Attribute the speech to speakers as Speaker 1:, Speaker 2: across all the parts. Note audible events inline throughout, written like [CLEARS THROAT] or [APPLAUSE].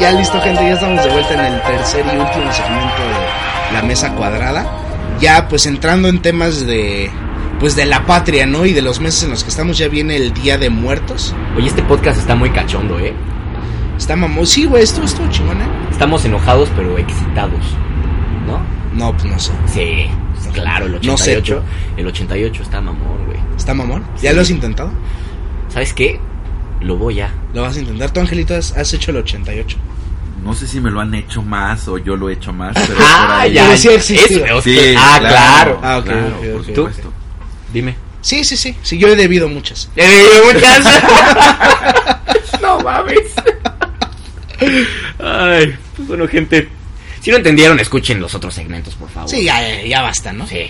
Speaker 1: Ya listo, gente, ya estamos de vuelta en el tercer y último segmento de La Mesa Cuadrada. Ya pues entrando en temas de pues de la patria, ¿no? Y de los meses en los que estamos, ya viene el Día de Muertos.
Speaker 2: Oye, este podcast está muy cachondo, ¿eh?
Speaker 1: Está mamón. Sí, güey, esto estuvo chingón, ¿eh?
Speaker 2: Estamos enojados pero excitados, ¿no?
Speaker 1: No, pues no sé.
Speaker 2: Sí, claro, el 88.
Speaker 1: No sé, tú.
Speaker 2: el 88 está mamón, güey.
Speaker 1: ¿Está mamón? ¿Ya lo has intentado?
Speaker 2: ¿Sabes qué? Lo voy a.
Speaker 1: ¿Lo vas a intentar? ¿Tú, Angelito, has, has hecho el 88?
Speaker 3: No sé si me lo han hecho más o yo lo he hecho más, pero por
Speaker 2: Ah,
Speaker 3: ahí-
Speaker 2: ya.
Speaker 1: Pero sí existe.
Speaker 2: es-
Speaker 3: Sí,
Speaker 2: ah, claro.
Speaker 1: Ah, ok, ok,
Speaker 3: por
Speaker 1: ok.
Speaker 3: supuesto.
Speaker 1: [LAUGHS]
Speaker 2: Dime.
Speaker 1: Sí, sí, sí. Sí, yo he debido muchas.
Speaker 2: [LAUGHS] no mames. Ay, pues bueno, gente. Si no entendieron, escuchen los otros segmentos, por favor.
Speaker 1: Sí, ya, ya basta, ¿no?
Speaker 2: Sí.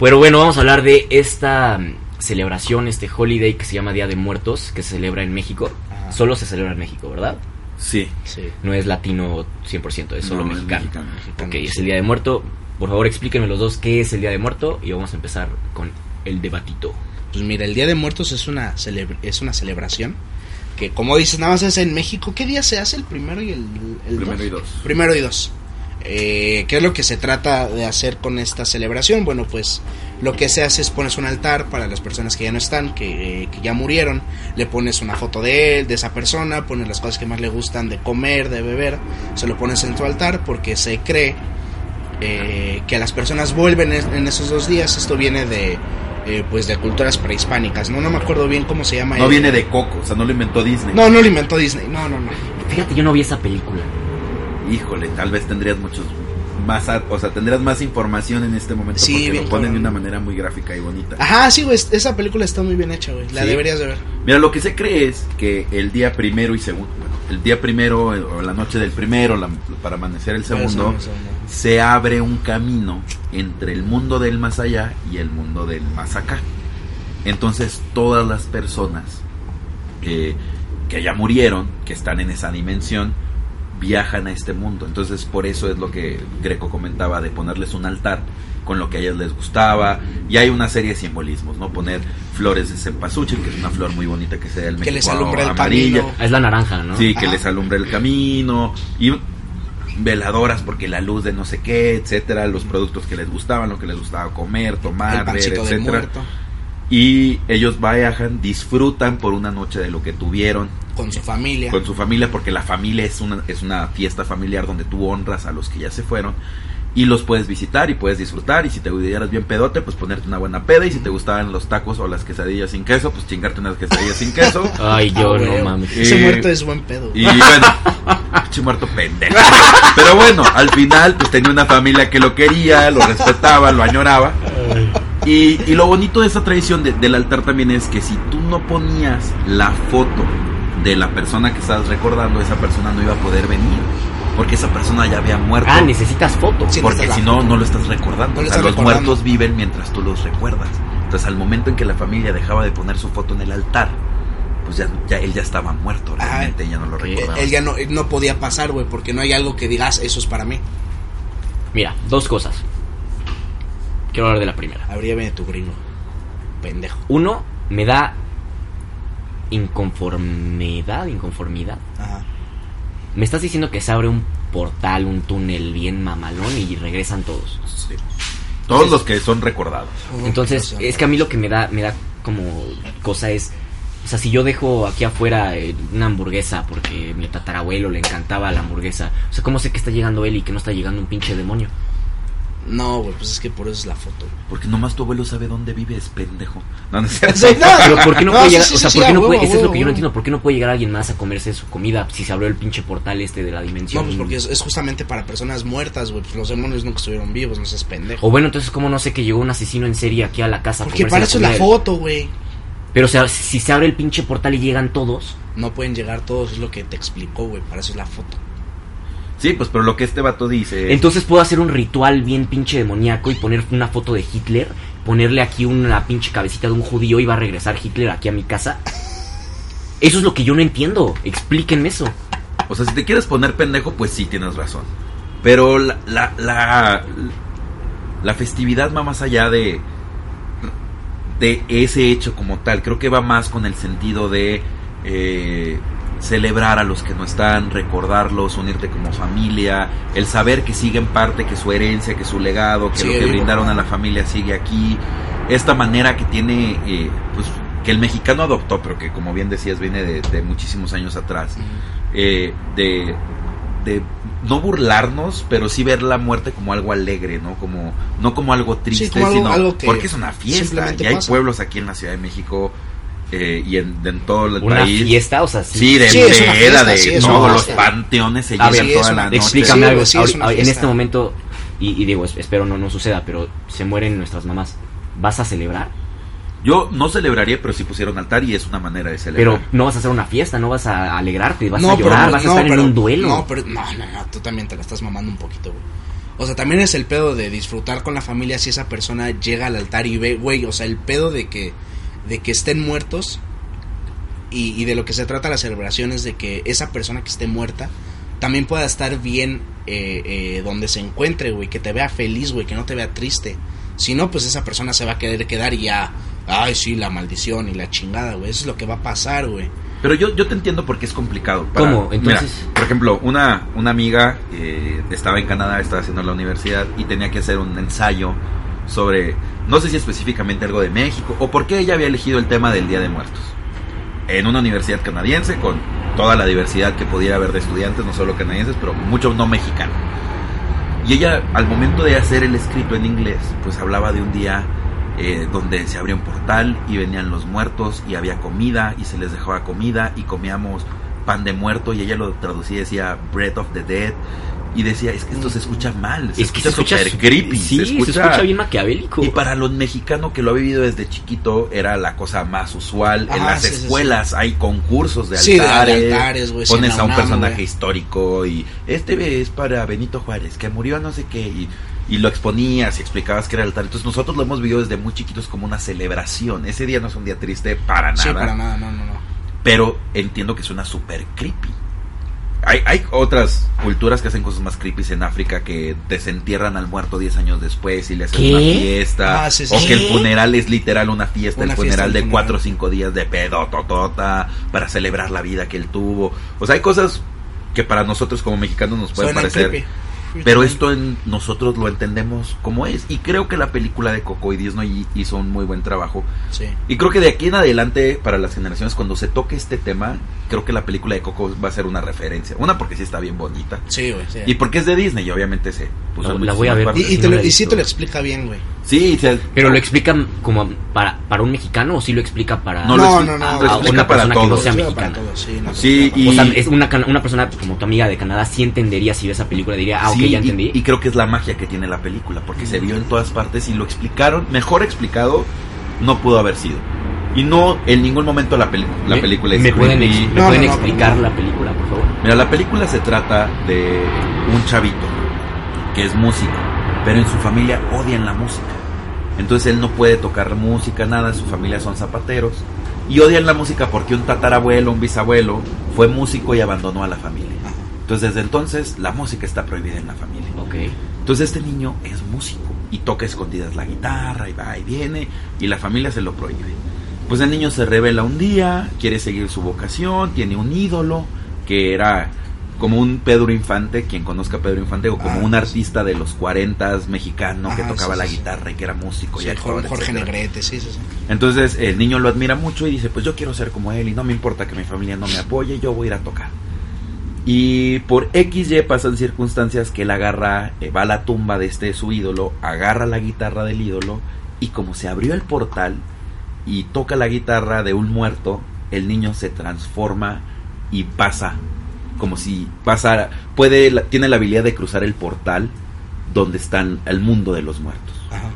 Speaker 2: Pero bueno, vamos a hablar de esta mm, celebración, este holiday que se llama Día de Muertos, que se celebra en México.
Speaker 1: Ajá.
Speaker 2: Solo se celebra en México, ¿verdad?
Speaker 3: Sí.
Speaker 1: Sí.
Speaker 2: No es latino 100%, es solo
Speaker 3: No, es
Speaker 2: mexicano.
Speaker 3: mexicano.
Speaker 2: Ok, es el Día de Muerto. Por favor, explíquenme los dos qué es el Día de Muerto y vamos a empezar con el debatito.
Speaker 1: Pues mira, el Día de Muertos es una, celeb- es una celebración que, como dices, nada más es en México. ¿Qué día se hace el primero y el, el
Speaker 3: Primero y dos.
Speaker 1: Primero y dos. Eh, ¿Qué es lo que se trata de hacer con esta celebración? Bueno, pues lo que se hace es pones un altar para las personas que ya no están, que, eh, que ya murieron. Le pones una foto de él, de esa persona, pones las cosas que más le gustan de comer, de beber. Se lo pones en tu altar porque se cree eh, que las personas vuelven en, en esos dos días. Esto viene de eh, pues de culturas prehispánicas. No, no me acuerdo bien cómo se llama.
Speaker 3: No
Speaker 1: el-
Speaker 3: viene de Coco, o sea, no lo inventó Disney.
Speaker 1: No, no lo inventó Disney. No, no, no.
Speaker 2: Fíjate, yo no vi esa película.
Speaker 3: Híjole, tal vez tendrías muchos más, a- o sea, tendrías más información en este momento
Speaker 1: Sí,
Speaker 3: porque
Speaker 1: bien
Speaker 3: lo ponen
Speaker 1: cabrón. Ah.
Speaker 3: de una manera muy gráfica y bonita.
Speaker 1: Ajá, sí, güey. Esa película está muy bien hecha, güey. La
Speaker 3: Sí.
Speaker 1: deberías de ver.
Speaker 3: Mira, lo que se cree es que el día primero y segundo, bueno, el día primero eh, o la noche del primero la- para amanecer el segundo,
Speaker 1: Eso, eso, no.
Speaker 3: se abre un camino entre el mundo del más allá y el mundo del más acá. Entonces todas las personas eh, que ya murieron, que están en esa dimensión, viajan a este mundo. Entonces por eso es lo que Greco comentaba de ponerles un altar con lo que a ellas les gustaba. Y hay una serie de simbolismos, ¿no? Poner flores de cempasúchil, que es una flor muy bonita que se da el
Speaker 1: Que les
Speaker 3: México
Speaker 1: alumbra el
Speaker 3: amarilla.
Speaker 1: camino.
Speaker 2: Ah, Es la naranja, ¿no?
Speaker 3: Sí, que
Speaker 1: Ajá.
Speaker 3: les alumbre el camino y veladoras porque la luz de no sé qué, etcétera, los productos que les gustaban, lo que les gustaba comer,
Speaker 1: el
Speaker 3: tomar, ver,
Speaker 1: pancito del
Speaker 3: etcétera.
Speaker 1: muerto
Speaker 3: Y ellos viajan, disfrutan por una noche de lo que tuvieron
Speaker 1: con su familia.
Speaker 3: con su familia porque la familia es una es una fiesta familiar donde tú honras a los que ya se fueron. Y los puedes visitar y puedes disfrutar. Y si te hubieras bien pedote, pues ponerte una buena peda. Y si te gustaban los tacos o las quesadillas sin queso, pues chingarte unas quesadillas sin
Speaker 1: [LAUGHS]
Speaker 3: queso.
Speaker 2: Ay, yo
Speaker 1: Ah, güey.
Speaker 2: no mames.
Speaker 1: Ese
Speaker 3: Eh,
Speaker 1: muerto es buen pedo.
Speaker 3: Y
Speaker 1: güey.
Speaker 3: bueno, [LAUGHS] pinche muerto pendejo. Pero bueno, al final pues tenía una familia que lo quería, lo respetaba, lo añoraba. Y, y lo bonito de esa tradición de- del altar también es que si tú no ponías la foto de la persona que estás recordando, esa persona no iba a poder venir. Porque esa persona ya había muerto.
Speaker 2: Ah, necesitas fotos.
Speaker 1: Sí.
Speaker 3: porque
Speaker 1: necesitas
Speaker 3: si
Speaker 1: la
Speaker 3: no, no lo estás recordando.
Speaker 1: No lo
Speaker 3: O sea,
Speaker 1: estás
Speaker 3: los
Speaker 1: recordando.
Speaker 3: muertos viven mientras tú los recuerdas. Entonces, al momento en que la familia dejaba de poner su foto en el altar, pues ya, ya él ya estaba muerto.
Speaker 1: Ah,
Speaker 3: Realmente ya no lo
Speaker 2: ok.
Speaker 1: Eh,
Speaker 3: recordaba.
Speaker 1: Él ya no, él no podía pasar, güey, porque no hay algo que digas, "Ah, eso es para mí.
Speaker 2: Mira, dos cosas. Quiero hablar de la primera.
Speaker 1: Abríame tu gringo. Pendejo.
Speaker 2: Uno, me da inconformidad, inconformidad.
Speaker 1: Ajá.
Speaker 2: Me estás diciendo que se abre un portal, un túnel bien mamalón y regresan todos.
Speaker 3: Sí. Todos los que son recordados.
Speaker 2: Entonces,
Speaker 1: Ujú,
Speaker 2: es que a mí lo que me da, me da como cosa es. O sea, si yo dejo aquí afuera eh, una hamburguesa porque mi tatarabuelo le encantaba la hamburguesa, o sea, ¿cómo sé que está llegando él y que no está llegando un pinche
Speaker 1: [LAUGHS]
Speaker 2: demonio?
Speaker 1: No, güey, pues es que por eso es la [LAUGHS] foto. güey.
Speaker 3: Porque nomás tu abuelo sabe dónde vives, pendejo. No, no es
Speaker 1: O
Speaker 3: cierto.
Speaker 1: sea, no,
Speaker 2: Pero ¿por qué no,
Speaker 1: Ah,
Speaker 2: puede
Speaker 1: sí,
Speaker 2: llegar?
Speaker 1: sí,
Speaker 2: o sea,
Speaker 1: sí,
Speaker 2: ¿por
Speaker 1: a
Speaker 2: qué no puede?
Speaker 1: huevo,
Speaker 2: Eso
Speaker 1: a
Speaker 2: es lo
Speaker 1: huevo,
Speaker 2: que yo
Speaker 1: a
Speaker 2: no
Speaker 1: huevo.
Speaker 2: entiendo. ¿Por qué no puede llegar alguien más a comerse su comida si se abrió el pinche portal este de la dimensión?
Speaker 1: No, pues porque es, es justamente para personas muertas, güey. Pues los demonios nunca estuvieron vivos, no seas pendejo.
Speaker 2: O bueno, entonces, ¿cómo no sé que llegó un asesino en serie aquí a la casa? a
Speaker 1: Porque
Speaker 2: comerse
Speaker 1: para eso es la
Speaker 2: comida?
Speaker 1: foto, güey.
Speaker 2: Pero o sea, si se abre el pinche portal y llegan todos,
Speaker 1: No pueden llegar todos, es lo que te explicó, güey. Para eso es la foto.
Speaker 3: Sí, pues, pero lo que este vato dice. es-
Speaker 2: entonces puedo hacer un ritual bien pinche demoníaco y poner una foto de Hitler, ponerle aquí una pinche cabecita de un judío y va a regresar Hitler aquí a mi casa. Eso es lo que yo no entiendo. Explíquenme eso.
Speaker 3: O sea, si te quieres poner pendejo, pues sí tienes razón. Pero la, la, la, la festividad va más allá de, de ese hecho como tal. Creo que va más con el sentido de eh, celebrar a los que no están, recordarlos, unirte como familia, el saber que siguen parte, que su herencia, que su legado, que
Speaker 1: Sí,
Speaker 3: lo que
Speaker 1: digo.
Speaker 3: brindaron a la familia sigue aquí, esta manera que tiene, eh, pues, que el mexicano adoptó, pero que como bien decías viene de, de muchísimos años atrás, eh, de, de no burlarnos, pero sí ver la muerte como algo alegre, ¿no? Como, no como algo triste,
Speaker 1: como algo-
Speaker 3: sino
Speaker 1: algo que
Speaker 3: porque es una fiesta.
Speaker 1: simplemente
Speaker 3: Y hay
Speaker 1: pasa.
Speaker 3: pueblos aquí en la Ciudad de México eh, y en, en todo el
Speaker 2: Una
Speaker 3: país.
Speaker 2: fiesta, o sea, sí.
Speaker 3: Sí, de
Speaker 1: Sí, es una
Speaker 3: madera,
Speaker 1: fiesta,
Speaker 3: de
Speaker 1: sí, es
Speaker 3: no,
Speaker 2: una
Speaker 3: los
Speaker 1: fiesta.
Speaker 3: panteones se
Speaker 2: A
Speaker 3: llenan
Speaker 2: ver,
Speaker 1: sí,
Speaker 3: toda
Speaker 1: es
Speaker 3: la
Speaker 1: una-
Speaker 3: noche.
Speaker 2: Explícame
Speaker 1: Sí,
Speaker 2: algo.
Speaker 1: sí, es
Speaker 2: ahorita-
Speaker 1: una
Speaker 2: en
Speaker 1: fiesta.
Speaker 2: este momento, y, y digo, es- espero no, no suceda, pero se mueren nuestras mamás. ¿Vas a celebrar?
Speaker 3: Yo no celebraría, pero sí pusieron altar y es una manera de celebrar.
Speaker 2: Pero no vas a hacer una fiesta, no vas a alegrarte, vas a
Speaker 1: No,
Speaker 2: llorar,
Speaker 1: pero-
Speaker 2: vas a
Speaker 1: no,
Speaker 2: estar
Speaker 1: pero-
Speaker 2: en un duelo.
Speaker 1: No, pero no, no, no, tú también te la estás mamando un poquito, güey. O sea, también es el pedo de disfrutar con la familia si esa persona llega al altar y ve, güey, o sea, el pedo de que, de que estén muertos y, y de lo que se trata la celebración es de que esa persona que esté muerta también pueda estar bien eh, eh, donde se encuentre, güey, que te vea feliz, güey, que no te vea triste. Si no, pues esa persona se va a querer quedar y ya, ay, sí, la maldición y la chingada, güey, eso es lo que va a pasar, güey.
Speaker 3: Pero yo, yo te entiendo porque es complicado. para-
Speaker 2: ¿Cómo? Entonces-
Speaker 3: Mira, por ejemplo, una, una amiga eh, estaba en Canadá, estaba haciendo la universidad y tenía que hacer un ensayo sobre, no sé si específicamente algo de México o por qué ella había elegido el tema del Día de Muertos. En una universidad canadiense con toda la diversidad que pudiera haber de estudiantes, no solo canadienses, pero muchos no mexicanos. Y ella, al momento de hacer el escrito en inglés, pues hablaba de un día eh, donde se abría un portal y venían los muertos y había comida y se les dejaba comida y comíamos pan de muerto y ella lo traducía y decía bread of the dead y decía es que esto se escucha mal, se
Speaker 2: Mm. es que se
Speaker 3: escucha
Speaker 2: escucha
Speaker 3: súper
Speaker 2: su-
Speaker 3: creepy,
Speaker 2: Sí, se escucha, bien maquiavélico.
Speaker 3: y para los mexicanos que lo ha vivido desde chiquito era la cosa más usual. en
Speaker 2: Ah,
Speaker 1: Ajá,
Speaker 3: las
Speaker 1: sí, sí,
Speaker 3: escuelas hay concursos de
Speaker 1: Sí, de- de
Speaker 3: altares.
Speaker 1: altares, güey, sí,
Speaker 3: pones
Speaker 1: en
Speaker 3: a
Speaker 1: la
Speaker 3: un
Speaker 1: UNAM,
Speaker 3: personaje
Speaker 1: güey.
Speaker 3: histórico y este es para Benito Juárez, que murió a no sé qué. Y, y lo exponías y explicabas que era el altar. Entonces nosotros lo hemos vivido desde muy chiquitos como una celebración. Ese día no es un día triste para nada.
Speaker 1: Sí, para nada, no, no, no.
Speaker 3: Pero entiendo que suena súper creepy. Hay, hay otras culturas que hacen cosas más creepy en África que desentierran al muerto 10 años después y le hacen
Speaker 2: ¿Qué?
Speaker 3: una fiesta.
Speaker 1: Ah, sí, sí,
Speaker 3: o
Speaker 1: sí.
Speaker 3: que el funeral es literal una fiesta,
Speaker 1: Una
Speaker 3: el
Speaker 1: fiesta,
Speaker 3: funeral
Speaker 1: un
Speaker 3: de
Speaker 1: funeral.
Speaker 3: 4 o 5 días de pedo, totota, para celebrar la vida que él tuvo. O sea, hay cosas que para nosotros como mexicanos nos pueden
Speaker 1: Suena
Speaker 3: parecer.
Speaker 1: creepy.
Speaker 3: Pero esto en- nosotros lo entendemos como es. Y creo que la película de Coco y Disney hizo un muy buen trabajo
Speaker 1: Sí.
Speaker 3: y creo que de aquí en adelante, para las generaciones, cuando se toque este tema, creo que la película de Coco va a ser una referencia. Una, porque sí está bien bonita.
Speaker 1: Sí, güey. sí.
Speaker 3: Y porque es de Disney, y obviamente se puso
Speaker 2: La-
Speaker 3: en
Speaker 2: la
Speaker 3: muchísimas
Speaker 2: voy a ver.
Speaker 3: partes.
Speaker 1: Y, y
Speaker 2: no
Speaker 1: te lo,
Speaker 2: la he
Speaker 1: y sí te
Speaker 2: visto,
Speaker 1: lo
Speaker 2: güey.
Speaker 1: explica bien, güey.
Speaker 3: Sí, se-
Speaker 2: Pero lo explican como para, para un mexicano o sí lo explica para...
Speaker 3: No, lo
Speaker 1: No,
Speaker 3: expli-
Speaker 1: no, no,
Speaker 3: lo
Speaker 1: güey.
Speaker 3: explica
Speaker 2: Ah, Una
Speaker 3: para
Speaker 2: persona que no
Speaker 3: todos.
Speaker 2: sea
Speaker 1: Sí,
Speaker 2: mexicana.
Speaker 1: para todos, sí, no,
Speaker 3: Sí,
Speaker 1: para
Speaker 3: y-
Speaker 2: O sea, es una, can- una persona como tu amiga de Canadá sí entendería si ve esa película, diría, ah, ok,
Speaker 3: Sí,
Speaker 2: ya
Speaker 3: y-
Speaker 2: entendí.
Speaker 3: Y, creo que es la magia que tiene la película, porque se vio en todas partes y lo explicaron, mejor explicado, no pudo haber sido. Y no, en ningún momento la, peli- la
Speaker 2: Me-
Speaker 3: película es
Speaker 2: ¿Me pueden,
Speaker 3: creepy.
Speaker 2: ex- me
Speaker 1: No, no,
Speaker 2: pueden
Speaker 1: no,
Speaker 2: explicar
Speaker 1: no.
Speaker 2: la película, por favor?
Speaker 3: Mira, la película se trata de un chavito que es músico, pero en su familia odian la música. Entonces él no puede tocar música, nada, su familia son zapateros. Y odian la música porque un tatarabuelo, un bisabuelo, fue músico y abandonó a la familia. Entonces desde entonces la música está prohibida en la familia.
Speaker 2: Ok.
Speaker 3: Entonces este niño es músico y toca a escondidas la guitarra y va y viene y la familia se lo prohíbe. Pues el niño se revela un día, quiere seguir su vocación, tiene un ídolo que era como un Pedro Infante, quien conozca a Pedro Infante, o como
Speaker 1: Ah,
Speaker 3: un
Speaker 1: sí.
Speaker 3: artista de los 40 mexicano que
Speaker 1: Ajá,
Speaker 3: tocaba
Speaker 1: sí,
Speaker 3: la
Speaker 1: sí, sí.
Speaker 3: guitarra y que era músico
Speaker 1: todos.
Speaker 3: y
Speaker 1: Sí,
Speaker 3: actor,
Speaker 1: Jorge, Jorge
Speaker 3: etcétera.
Speaker 1: Negrete, sí, sí, sí.
Speaker 3: Entonces el niño lo admira mucho y dice, pues yo quiero ser como él y no me importa que mi familia no me apoye, yo voy a ir a tocar. Y por XY pasan circunstancias que él agarra, eh, va a la tumba de este su ídolo, agarra la guitarra del ídolo y como se abrió el portal y toca la guitarra de un muerto, el niño se transforma y pasa, como si pasa, puede, la- tiene la habilidad de cruzar el portal donde está el mundo de los muertos
Speaker 1: Ajá.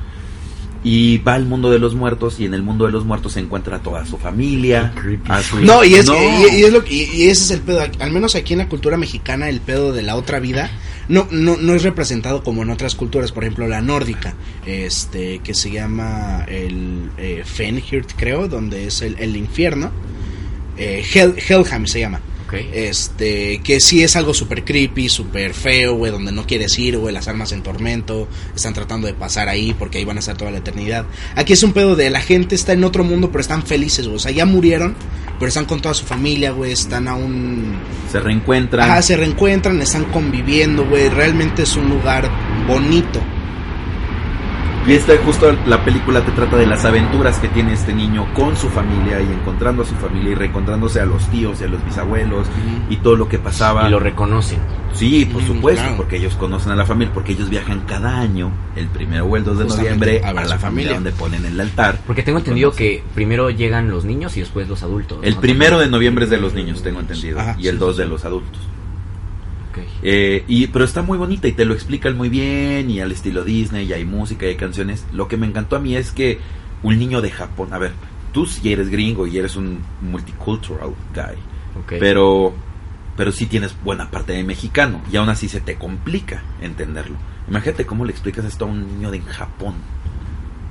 Speaker 3: y va al mundo de los muertos y en el mundo de los muertos se encuentra a toda su familia.
Speaker 2: Qué creepy.
Speaker 3: a su-
Speaker 1: No, y es,
Speaker 3: No.
Speaker 1: Y, y es lo que- y- y ese es el pedo. Al menos aquí en la cultura mexicana, el pedo de la otra vida no, no, no es representado como en otras culturas. Por ejemplo, la nórdica, este, que se llama el eh, Fenhirt, creo, donde es el, el infierno. Eh, Hel- Helheim se llama.
Speaker 2: Ok.
Speaker 1: Este, que sí es algo súper creepy, súper feo, güey, donde no quieres ir, güey, las armas en tormento, están tratando de pasar ahí porque ahí van a estar toda la eternidad. Aquí es un pedo de la gente está en otro mundo, pero están felices, güey, o sea, ya murieron, pero están con toda su familia, güey, están aún...
Speaker 3: Se reencuentran.
Speaker 1: Ajá, se reencuentran, están conviviendo, güey, realmente es un lugar bonito.
Speaker 3: Y esta justo la película te trata de las aventuras que tiene este niño con su familia y encontrando a su familia y reencontrándose a los tíos y a los bisabuelos
Speaker 1: Ujú.
Speaker 3: y todo lo que pasaba.
Speaker 2: Y lo reconocen.
Speaker 3: Sí, por
Speaker 1: Mm,
Speaker 3: supuesto,
Speaker 1: claro.
Speaker 3: porque ellos conocen a la familia, porque ellos viajan cada año, el primero o el 2 de
Speaker 1: Justamente,
Speaker 3: noviembre,
Speaker 1: a
Speaker 3: a,
Speaker 1: ver
Speaker 3: la
Speaker 1: su familia. Pues,
Speaker 3: familia donde ponen el altar.
Speaker 2: Porque tengo entendido
Speaker 3: Conocen.
Speaker 2: que primero llegan los niños y después los adultos.
Speaker 3: El
Speaker 2: ¿no?
Speaker 3: primero de noviembre es de los niños, tengo entendido,
Speaker 1: Ajá,
Speaker 3: y el
Speaker 1: sí,
Speaker 3: 2 de los adultos.
Speaker 2: Ok.
Speaker 3: Eh, y, pero está muy bonita y te lo explican muy bien y al estilo Disney y hay música y hay canciones. Lo que me encantó a mí es que un niño de Japón, a ver, tú si eres gringo y eres un multicultural guy,
Speaker 2: ok.
Speaker 3: pero, pero sí tienes buena parte de mexicano y aún así se te complica entenderlo. Imagínate cómo le explicas esto a un niño de Japón.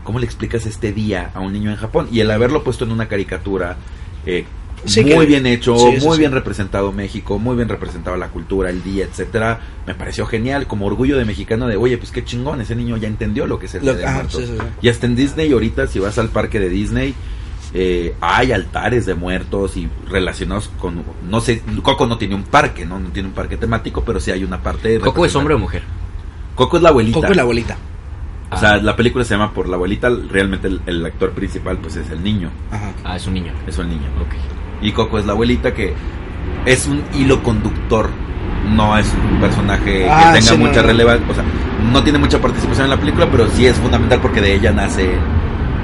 Speaker 3: ¿Cómo le explicas este día a un niño en Japón? Y el haberlo puesto en una caricatura eh,
Speaker 1: Sí,
Speaker 3: muy
Speaker 1: que-
Speaker 3: bien hecho,
Speaker 1: sí, sí,
Speaker 3: muy
Speaker 1: sí.
Speaker 3: bien representado México, muy bien representado la cultura, el día, etcétera, me pareció genial, como orgullo de mexicano de, oye, pues qué chingón, ese niño ya entendió lo que es el
Speaker 1: Lo-
Speaker 3: Día de
Speaker 1: ajá,
Speaker 3: Muertos".
Speaker 1: sí, sí, sí.
Speaker 3: Y hasta en Disney ahorita, si vas al parque de Disney, eh, hay altares de muertos y relacionados con, no sé, Coco no tiene un parque, ¿no? No tiene un parque temático, pero sí hay una parte...
Speaker 2: ¿Coco es
Speaker 3: representativa.
Speaker 2: hombre o mujer?
Speaker 3: Coco es la abuelita.
Speaker 1: Coco y la abuelita.
Speaker 3: O sea,
Speaker 2: Ah,
Speaker 3: la película se llama Por la abuelita, realmente el, el actor principal pues es el niño,
Speaker 1: Ajá.
Speaker 2: ah, es un niño.
Speaker 3: es el niño.
Speaker 2: Ok.
Speaker 3: Y Coco es la abuelita que es un hilo conductor. No es un personaje
Speaker 1: Ah,
Speaker 3: que tenga
Speaker 1: sí, no,
Speaker 3: mucha
Speaker 1: no.
Speaker 3: relevancia. O sea, no tiene mucha participación en la película, pero sí es fundamental porque de ella nace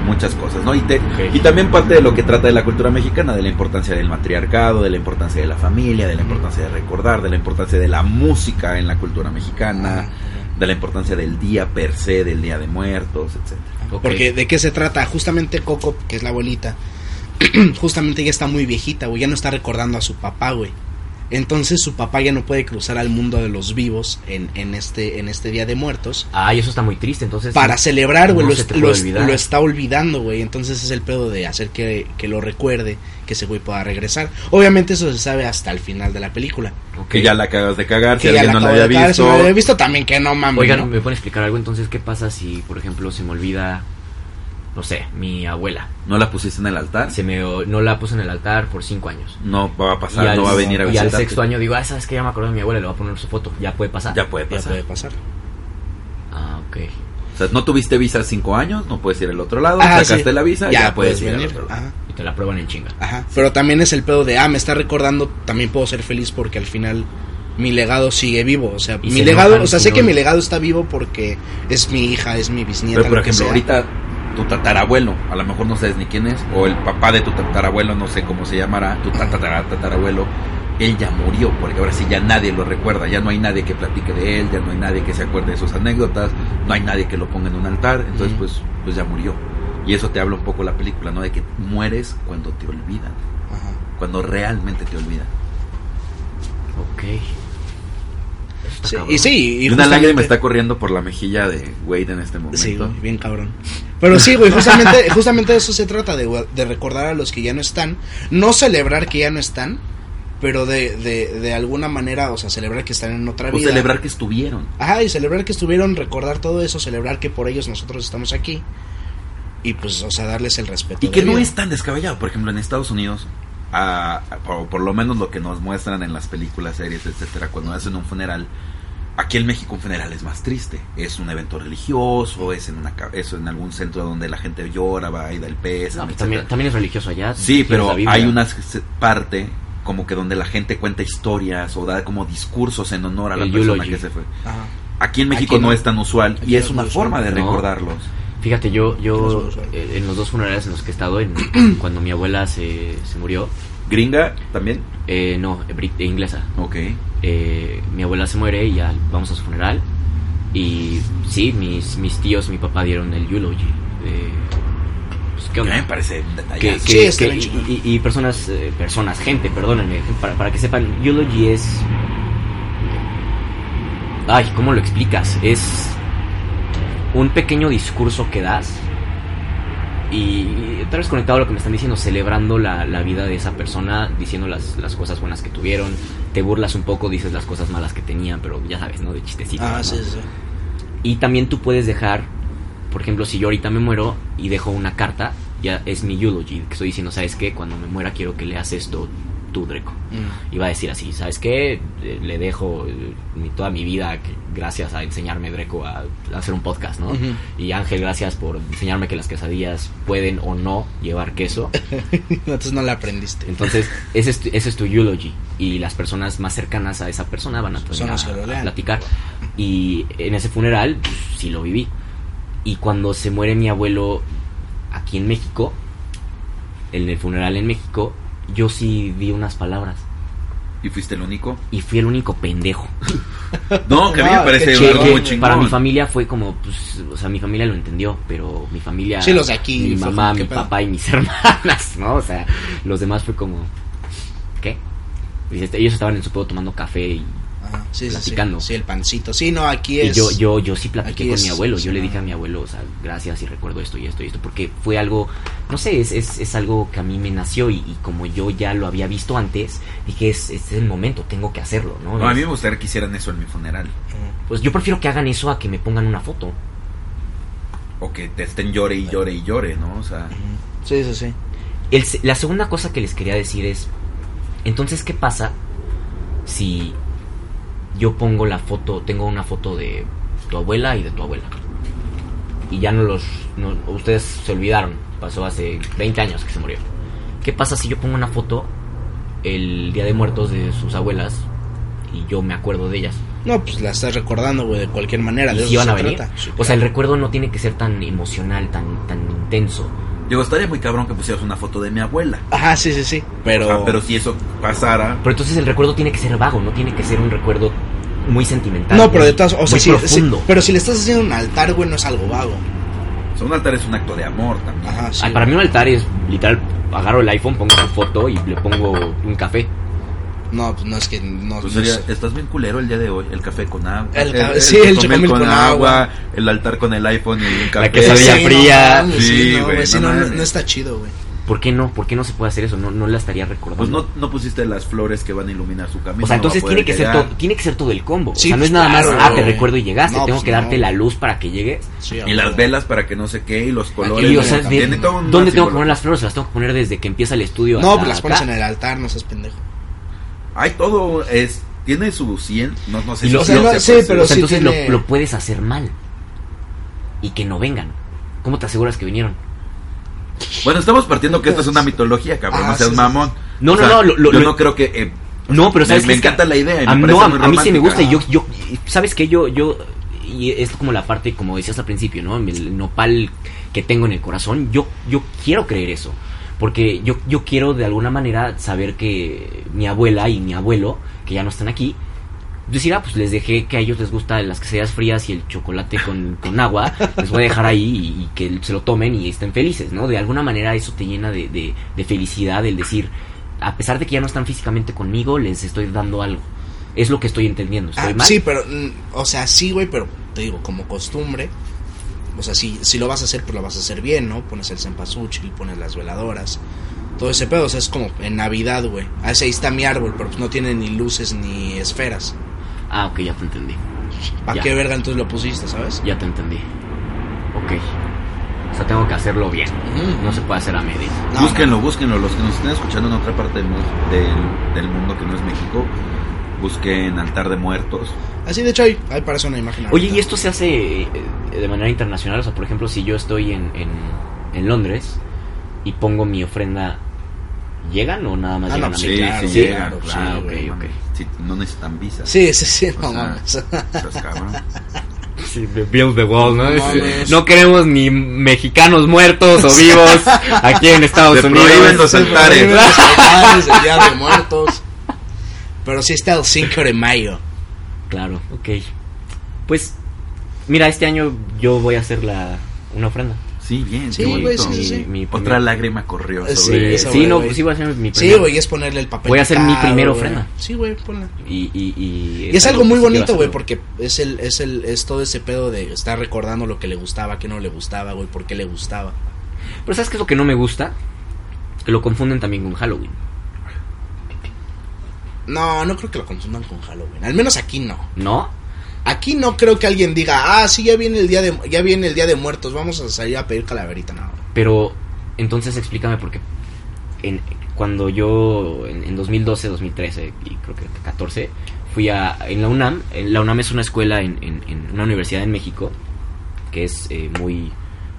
Speaker 3: muchas cosas, ¿no? Y, te- y también parte de lo que trata de la cultura mexicana, de la importancia del matriarcado, de la importancia de la familia, de la importancia de recordar, de la importancia de la música en la cultura mexicana, de la importancia del día per se, del día de muertos, etc.
Speaker 2: Ok.
Speaker 1: Porque de qué se trata, justamente Coco, que es la abuelita, [CLEARS THROAT] justamente ya está muy viejita, güey, ya no está recordando a su papá, güey. Entonces su papá ya no puede cruzar al mundo de los vivos en, en este, en este Día de Muertos.
Speaker 2: Ah, y eso está muy triste, entonces.
Speaker 1: Para celebrar, güey,
Speaker 2: No
Speaker 1: lo,
Speaker 2: se
Speaker 1: est-
Speaker 2: te puede
Speaker 1: lo est-
Speaker 2: olvidar.
Speaker 1: lo está olvidando, güey. Entonces es el pedo de hacer que, que lo recuerde, que ese güey pueda regresar. Obviamente eso se sabe hasta el final de la película.
Speaker 2: Ok.
Speaker 3: Que ya la acabas de cagar, si
Speaker 1: que ya
Speaker 3: alguien no la
Speaker 1: acabo de
Speaker 3: había
Speaker 1: cagar, si no la
Speaker 3: visto.
Speaker 1: había visto también, que no mames.
Speaker 2: Oigan,
Speaker 1: ¿no?
Speaker 2: ¿me pueden explicar algo? Entonces, ¿qué pasa si, por ejemplo, se me olvida, no sé, mi abuela?
Speaker 3: ¿No la pusiste en el altar?
Speaker 2: Se me, o- no la puse en el altar por cinco años.
Speaker 3: No va a pasar,
Speaker 2: Y al-
Speaker 3: no va a venir a
Speaker 2: Y al
Speaker 3: visitarte.
Speaker 2: sexto año digo, ah, ¿sabes qué? Ya me acuerdo de mi abuela, le voy a poner su foto. Ya puede pasar.
Speaker 3: Ya puede
Speaker 1: Ya
Speaker 3: pasar.
Speaker 1: puede pasar.
Speaker 2: Ah, ok.
Speaker 3: O sea, no tuviste visa cinco años, no puedes ir al otro lado,
Speaker 1: Ah,
Speaker 3: sacaste
Speaker 1: sí.
Speaker 3: la visa, ya, puedes, ir al
Speaker 1: venir. Ah,
Speaker 3: otro lado.
Speaker 1: Ajá.
Speaker 2: Y te la prueban en chinga.
Speaker 1: Ajá. Pero también es el pedo de, ah, me está recordando, también puedo ser feliz porque al final mi legado sigue vivo. O sea,
Speaker 2: Y
Speaker 1: mi
Speaker 2: se
Speaker 1: legado,
Speaker 2: enojan
Speaker 1: o sea,
Speaker 2: si
Speaker 1: sé
Speaker 2: no-
Speaker 1: que mi legado está vivo porque es mi hija, es mi bisnieta.
Speaker 3: Pero por
Speaker 1: lo que
Speaker 3: ejemplo,
Speaker 1: sea.
Speaker 3: ahorita tu tatarabuelo, a lo mejor no sabes ni quién es, o el papá de tu tatarabuelo, no sé cómo se llamará, tu tatara- tatarabuelo, él ya murió, porque ahora sí ya nadie lo recuerda, ya no hay nadie que platique de él, ya no hay nadie que se acuerde de sus anécdotas, no hay nadie que lo ponga en un altar, entonces
Speaker 1: Ujú.
Speaker 3: pues, pues ya murió. Y eso te habla un poco la película, ¿no? De que mueres cuando te olvidan,
Speaker 1: Ajá.
Speaker 3: cuando realmente te olvidan.
Speaker 2: Ok. Eso está
Speaker 1: Sí,
Speaker 2: cabrón.
Speaker 1: y sí, y
Speaker 3: Y una
Speaker 1: justamente-
Speaker 3: lágrima está corriendo por la mejilla de Wade en este momento.
Speaker 1: Sí, güey, bien cabrón. Pero sí, güey,
Speaker 3: [LAUGHS]
Speaker 1: justamente, justamente de eso se trata, de, güey, de recordar a los que ya no están, no celebrar que ya no están, pero de, de, de alguna manera, o sea, celebrar que están en otra
Speaker 3: o
Speaker 1: vida.
Speaker 3: celebrar que estuvieron.
Speaker 1: Ajá, y celebrar que estuvieron, recordar todo eso, celebrar que por ellos nosotros estamos aquí. Y pues, o sea, darles el respeto.
Speaker 3: Y que no
Speaker 1: debido.
Speaker 3: es tan descabellado. Por ejemplo, en Estados Unidos, a- a- por, por lo menos lo que nos muestran en las películas, series, etcétera, cuando hacen un funeral, aquí en México un funeral es más triste. Es un evento religioso, es en, una, ca- es en algún centro donde la gente llora, va y da el pésame,
Speaker 2: No, pues
Speaker 3: etcétera.
Speaker 2: también, también es religioso allá.
Speaker 3: Sí,
Speaker 2: tienes
Speaker 3: pero
Speaker 2: la Biblia.
Speaker 3: hay una s- parte como que donde la gente cuenta historias o da como discursos en honor a la
Speaker 2: El
Speaker 3: persona
Speaker 2: eulogy.
Speaker 3: que se fue.
Speaker 1: Ajá.
Speaker 3: Aquí en México
Speaker 1: Aquí no.
Speaker 3: no, es tan usual
Speaker 1: Aquí
Speaker 3: y
Speaker 1: no
Speaker 3: es
Speaker 1: es
Speaker 3: una
Speaker 1: muy
Speaker 3: forma de
Speaker 2: usual. No.
Speaker 3: recordarlos.
Speaker 2: Fíjate, yo, yo
Speaker 1: Los dos,
Speaker 2: eh, en los dos funerales en los que he estado, en,
Speaker 3: [CLEARS THROAT]
Speaker 2: cuando mi abuela se, se murió,
Speaker 3: Gringa también.
Speaker 2: eh, no, brit- eh, inglesa,
Speaker 3: Ok.
Speaker 2: eh, mi abuela se muere y ya vamos a su funeral. Y sí, mis, mis tíos, mi papá dieron el eulogy. eh, pues, ¿qué
Speaker 3: A mí
Speaker 2: onda?
Speaker 3: me parece un detalle.
Speaker 2: que,
Speaker 1: Sí,
Speaker 2: que-
Speaker 1: está
Speaker 2: que-
Speaker 1: bien
Speaker 2: y-
Speaker 1: chingón.
Speaker 2: y, y personas, eh, personas, gente, perdónenme, para, para que sepan, eulogy es... Ay, ¿cómo lo explicas? Es un pequeño discurso que das y, y tal vez conectado a lo que me están diciendo, celebrando la, la vida de esa persona, diciendo las, las cosas buenas que tuvieron, te burlas un poco, dices las cosas malas que tenían, pero ya sabes, ¿no? De chistecito.
Speaker 1: Ah,
Speaker 2: ¿no?
Speaker 1: sí, sí.
Speaker 2: Y también tú puedes dejar, por ejemplo, si yo ahorita me muero y dejo una carta, ya es mi eulogy, que estoy diciendo, ¿sabes qué? Cuando me muera quiero que leas esto tú, Dreco.
Speaker 1: Mm.
Speaker 2: Y va a decir así, ¿sabes qué? Eh, Le dejo eh, mi- toda mi vida que- gracias a enseñarme, Dreco, a, a hacer un podcast, ¿no?
Speaker 1: Ujú.
Speaker 2: Y Ángel, gracias por enseñarme que las quesadillas pueden o no llevar queso.
Speaker 1: [LAUGHS] Entonces no la aprendiste. [LAUGHS]
Speaker 2: Entonces, ese es, tu- ese es tu eulogy. Y las personas más cercanas a esa persona van a, poder
Speaker 1: Son
Speaker 2: a-
Speaker 1: los que lo
Speaker 2: a
Speaker 1: lean.
Speaker 2: platicar. Y en ese funeral, pues, sí lo viví. Y cuando se muere mi abuelo aquí en México, en el funeral en México, yo sí di unas palabras.
Speaker 3: ¿Y fuiste
Speaker 1: [LAUGHS]
Speaker 3: el único?
Speaker 2: Y fui el único pendejo.
Speaker 3: No, que a mí
Speaker 1: Ah,
Speaker 3: me parece
Speaker 1: qué
Speaker 3: algo
Speaker 1: chévere.
Speaker 3: muy chingón.
Speaker 2: Para mi familia fue como, pues, o sea, mi familia lo entendió, pero mi familia.
Speaker 1: Sí, los de aquí,
Speaker 2: Mi
Speaker 1: fue
Speaker 2: mamá,
Speaker 1: como,
Speaker 2: mi
Speaker 1: ¿qué pedo?
Speaker 2: papá y mis [LAUGHS] hermanas, ¿no? O sea, los demás fue como, ¿qué? Y este, ellos estaban en su pueblo tomando café y,
Speaker 1: Ajá, sí, sí, sí.
Speaker 2: Platicando.
Speaker 1: Sí, el pancito. Sí, no, aquí
Speaker 2: y
Speaker 1: es.
Speaker 2: yo, yo, yo sí platiqué
Speaker 1: aquí
Speaker 2: con
Speaker 1: es-
Speaker 2: mi abuelo.
Speaker 1: sí,
Speaker 2: yo le
Speaker 1: no.
Speaker 2: dije a mi abuelo, o sea, gracias y recuerdo esto y esto y esto, porque fue algo, no sé, es, es, es algo que a mí me nació y, y como yo ya lo había visto antes, dije, es, este es el momento, tengo que hacerlo,
Speaker 1: pues.
Speaker 2: ¿no?
Speaker 3: No, a mí
Speaker 2: Es-
Speaker 3: me gustaría que hicieran eso en mi funeral.
Speaker 1: Ajá.
Speaker 2: Pues yo prefiero que hagan eso a que me pongan una foto.
Speaker 3: O que te estén llore y llore y llore, ¿no? O sea,
Speaker 1: Sí, sí, sí.
Speaker 2: El se- la segunda cosa que les quería decir es, entonces, ¿qué pasa si yo pongo la foto, tengo una foto de tu abuela y de tu abuela? Y ya no los, no- ustedes se olvidaron, pasó hace 20 años que se murió. ¿Qué pasa si yo pongo una foto el Día de Muertos de sus abuelas y yo me acuerdo de ellas?
Speaker 1: No, pues la estás recordando, güey, de cualquier manera.
Speaker 2: ¿Y
Speaker 1: de
Speaker 2: si
Speaker 1: eso
Speaker 2: van
Speaker 1: se
Speaker 2: a venir?
Speaker 1: trata. Sí,
Speaker 2: O sea, el
Speaker 1: claro.
Speaker 2: recuerdo no tiene que ser tan emocional, tan, tan intenso.
Speaker 3: digo, estaría muy cabrón que pusieras una foto de mi abuela.
Speaker 1: Ajá, sí, sí, sí.
Speaker 3: O
Speaker 1: Pero.
Speaker 3: sea, Ah, pero si eso pasara,
Speaker 2: Pero entonces el recuerdo tiene que ser vago, no tiene que ser un recuerdo muy sentimental.
Speaker 1: No, pero
Speaker 2: muy-
Speaker 1: de todas. O sea,
Speaker 2: muy
Speaker 1: sí, sí,
Speaker 2: profundo.
Speaker 1: Pero si le estás haciendo un altar, güey, no es algo vago.
Speaker 3: o sea, un altar es un acto de amor también.
Speaker 1: Ajá, sí.
Speaker 2: Ay, Ah, para mí un altar es literal, agarro el iPhone, pongo su foto y le pongo un café.
Speaker 1: No, pues no es que. No,
Speaker 3: Pues
Speaker 1: no
Speaker 3: sería,
Speaker 1: es-
Speaker 3: estás bien culero el día de hoy, el café con agua,
Speaker 1: El ca- sí, el chocomil con agua,
Speaker 3: el altar con el iPhone y un café.
Speaker 2: La quesadilla
Speaker 1: no
Speaker 2: fría.
Speaker 1: mames,
Speaker 3: Sí,
Speaker 1: sí, no,
Speaker 3: güey,
Speaker 1: güey, sí,
Speaker 3: no
Speaker 1: no, no,
Speaker 3: mames.
Speaker 1: no está chido, güey.
Speaker 2: ¿Por qué no? ¿Por qué no se puede hacer eso? No, no la estaría recordando.
Speaker 3: Pues no, no pusiste las flores que van a iluminar su camino.
Speaker 2: o sea,
Speaker 3: no va a
Speaker 2: entonces
Speaker 3: poder
Speaker 2: tiene que, ser
Speaker 3: llegar.
Speaker 2: todo, tiene que ser todo el combo.
Speaker 1: Sí,
Speaker 2: o sea, no es
Speaker 1: pues,
Speaker 2: nada
Speaker 1: claro,
Speaker 2: más, ah, te
Speaker 1: güey.
Speaker 2: recuerdo y llegaste,
Speaker 1: No,
Speaker 2: tengo
Speaker 1: pues,
Speaker 2: que darte
Speaker 1: no.
Speaker 2: la luz para que llegues.
Speaker 1: Sí,
Speaker 3: Y
Speaker 1: güey.
Speaker 3: las velas para que no sé qué, y los colores.
Speaker 2: Y, o
Speaker 1: no,
Speaker 2: sea, de-
Speaker 3: Tiene todo un
Speaker 2: ¿dónde tengo
Speaker 3: símbolo.
Speaker 2: que poner las flores? ¿Las tengo que poner desde que empieza el estudio
Speaker 1: No,
Speaker 2: hasta
Speaker 1: pues las pones
Speaker 2: acá?
Speaker 1: en el altar, no seas pendejo.
Speaker 3: Hay todo, es, tiene su 100, no, no sé
Speaker 2: Y
Speaker 3: si
Speaker 2: lo-
Speaker 3: se
Speaker 2: o sea,
Speaker 1: no,
Speaker 3: hace,
Speaker 1: sí,
Speaker 3: pues,
Speaker 1: pero
Speaker 2: O sea,
Speaker 1: sí
Speaker 2: entonces
Speaker 1: tiene-
Speaker 2: lo, lo puedes hacer mal. Y que no vengan. ¿Cómo te aseguras que vinieron?
Speaker 3: Bueno, estamos partiendo que esto es una mitología, cabrón,
Speaker 1: Ah,
Speaker 3: no seas
Speaker 1: sí, sí,
Speaker 3: mamón.
Speaker 2: No,
Speaker 3: O
Speaker 2: no,
Speaker 3: sea,
Speaker 2: no, lo- lo-
Speaker 3: yo
Speaker 2: lo-
Speaker 3: no creo que... eh,
Speaker 2: No, pero
Speaker 3: me-
Speaker 2: sabes
Speaker 3: me,
Speaker 2: que es que-
Speaker 3: encanta la idea. y me
Speaker 2: A, mí-
Speaker 3: parece
Speaker 2: no, a,
Speaker 3: muy
Speaker 2: a mí sí me
Speaker 3: romántica.
Speaker 2: gusta. Y yo, yo, ¿sabes qué? Yo, yo, y es como la parte, como decías al principio, ¿no? El nopal que tengo en el corazón. Yo, yo quiero creer eso. Porque yo, yo quiero de alguna manera saber que mi abuela y mi abuelo, que ya no están aquí, decir, ah, pues les dejé que a ellos les gusta las quesadillas frías y el chocolate con, con agua, les voy a dejar ahí y, y que se lo tomen y estén felices, ¿no? De alguna manera eso te llena de, de, de felicidad el decir, a pesar de que ya no están físicamente conmigo, les estoy dando algo. Es lo que estoy entendiendo, estoy
Speaker 1: Ah,
Speaker 2: mal.
Speaker 1: sí, pero, mm, o sea, sí, güey, pero te digo, como costumbre, o sea, si, si lo vas a hacer, pues lo vas a hacer bien, ¿no? Pones el cempasúchil, pones las veladoras, todo ese pedo, o sea, es como en Navidad, güey. Ah, ese ahí está mi árbol, pero pues no tiene ni luces ni esferas.
Speaker 2: Ah, ok, ya te entendí,
Speaker 1: ¿Para
Speaker 2: Ya.
Speaker 1: qué verga entonces lo pusiste, sabes?
Speaker 2: ya te entendí. Ok. O sea, tengo que hacerlo bien.
Speaker 1: Ujú.
Speaker 2: No se puede hacer a medias.
Speaker 1: No,
Speaker 3: búsquenlo, búsquenlo. Los que nos estén escuchando en otra parte del, mu- del- del mundo que no es México, busquen altar de muertos.
Speaker 1: Así, de hecho, ahí, ahí parece una imagen.
Speaker 2: Oye,
Speaker 1: ahorita.
Speaker 2: ¿y esto se hace eh, de manera internacional? O sea, por ejemplo, si yo estoy en, en, en Londres y pongo mi ofrenda, ¿llegan o nada más
Speaker 1: Ah, no,
Speaker 2: llegan a
Speaker 1: pues Sí,
Speaker 2: mí?
Speaker 1: claro,
Speaker 2: sí,
Speaker 3: llegan,
Speaker 1: claro,
Speaker 2: Ah,
Speaker 1: sí,
Speaker 2: ok,
Speaker 1: güey,
Speaker 2: ok.
Speaker 3: Si no necesitan visa.
Speaker 1: Sí, sí, sí,
Speaker 3: O
Speaker 1: no
Speaker 3: sea,
Speaker 1: mames.
Speaker 3: seas Pues cabrón.
Speaker 2: Sí, de build the wall, ¿no?
Speaker 1: No
Speaker 2: Es- eh,
Speaker 1: mames.
Speaker 2: No queremos ni mexicanos muertos o
Speaker 1: [LAUGHS]
Speaker 2: vivos aquí en Estados
Speaker 3: Te
Speaker 2: Unidos.
Speaker 3: prohíben
Speaker 2: [LAUGHS]
Speaker 3: los altares.
Speaker 1: Los altares, el Día de Muertos. Pero sí está el 5 de mayo.
Speaker 2: Claro, ok. Pues, mira, este año yo voy a hacer la, una ofrenda.
Speaker 3: Sí, bien,
Speaker 1: Sí,
Speaker 3: qué
Speaker 1: güey,
Speaker 3: bonito.
Speaker 1: sí, sí, sí.
Speaker 2: Mi- mi
Speaker 3: Otra
Speaker 2: primer-
Speaker 3: lágrima corrió
Speaker 1: Sí,
Speaker 3: sobre...
Speaker 1: eso,
Speaker 2: sí,
Speaker 1: güey,
Speaker 2: no,
Speaker 1: güey.
Speaker 2: pues sí voy a hacer mi
Speaker 1: Sí,
Speaker 2: primer-
Speaker 1: güey, es ponerle el papel.
Speaker 2: Voy a hacer mi
Speaker 1: picado,
Speaker 2: primera
Speaker 1: güey.
Speaker 2: ofrenda.
Speaker 1: Sí, güey, ponla.
Speaker 2: Y, y, y,
Speaker 1: Y es algo
Speaker 2: que
Speaker 1: muy
Speaker 2: sí quiero
Speaker 1: bonito, güey,
Speaker 2: hacerlo.
Speaker 1: porque es el, es el, es todo ese pedo de estar recordando lo que le gustaba, que no le gustaba, güey, por qué le gustaba.
Speaker 2: Pero ¿sabes qué es lo que no me gusta? Que lo confunden también con Halloween.
Speaker 1: No, no creo que lo confundan con Halloween. Al menos aquí no.
Speaker 2: ¿No?
Speaker 1: Aquí no creo que alguien diga, ah, sí, ya viene el día de, ya viene el día de muertos, vamos a salir a pedir calaverita. No.
Speaker 2: Pero entonces explícame por qué. En, cuando yo, en, en 2012, 2013 y creo que 14, fui a en la UNAM. en La UNAM es una escuela en, en- en una universidad en México que es eh, muy,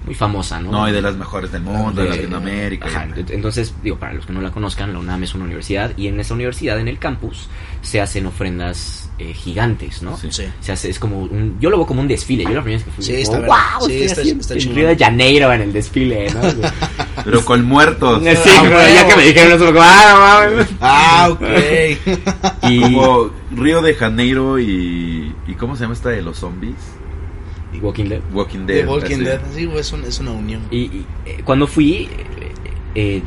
Speaker 2: muy famosa, ¿no?
Speaker 3: No, y de las mejores del mundo, de
Speaker 2: de-
Speaker 3: Latinoamérica.
Speaker 2: Ajá,
Speaker 3: y-
Speaker 2: ent- entonces, digo, para los que no la conozcan, la UNAM es una universidad y en esa universidad, en el campus, se hacen ofrendas eh, gigantes, ¿no?
Speaker 3: Sí.
Speaker 1: Sí.
Speaker 2: Se hace, es como un, yo lo veo como un desfile. Yo la primera vez que fui,
Speaker 1: Sí, está
Speaker 2: como, wow,
Speaker 1: verdad. Sí,
Speaker 2: estoy
Speaker 1: está-
Speaker 2: así
Speaker 1: está
Speaker 2: en
Speaker 1: chingón.
Speaker 2: Río de Janeiro en el desfile,
Speaker 1: [LAUGHS]
Speaker 2: ¿no? Pues, ah, Sí,
Speaker 3: Pero con muertos.
Speaker 2: como, ya que me dijeron eso, como, ah, no mames.
Speaker 1: Ah,
Speaker 2: [LAUGHS]
Speaker 1: ok.
Speaker 2: Y,
Speaker 3: Como Río de Janeiro y. ¿Y cómo se llama esta de los zombies?
Speaker 2: y Walking Dead.
Speaker 3: Walking Dead.
Speaker 1: [LAUGHS] The Walking
Speaker 3: así.
Speaker 1: Dead, sí, güey, es, un- es una unión.
Speaker 2: Y, y, eh, cuando fui, eh, eh,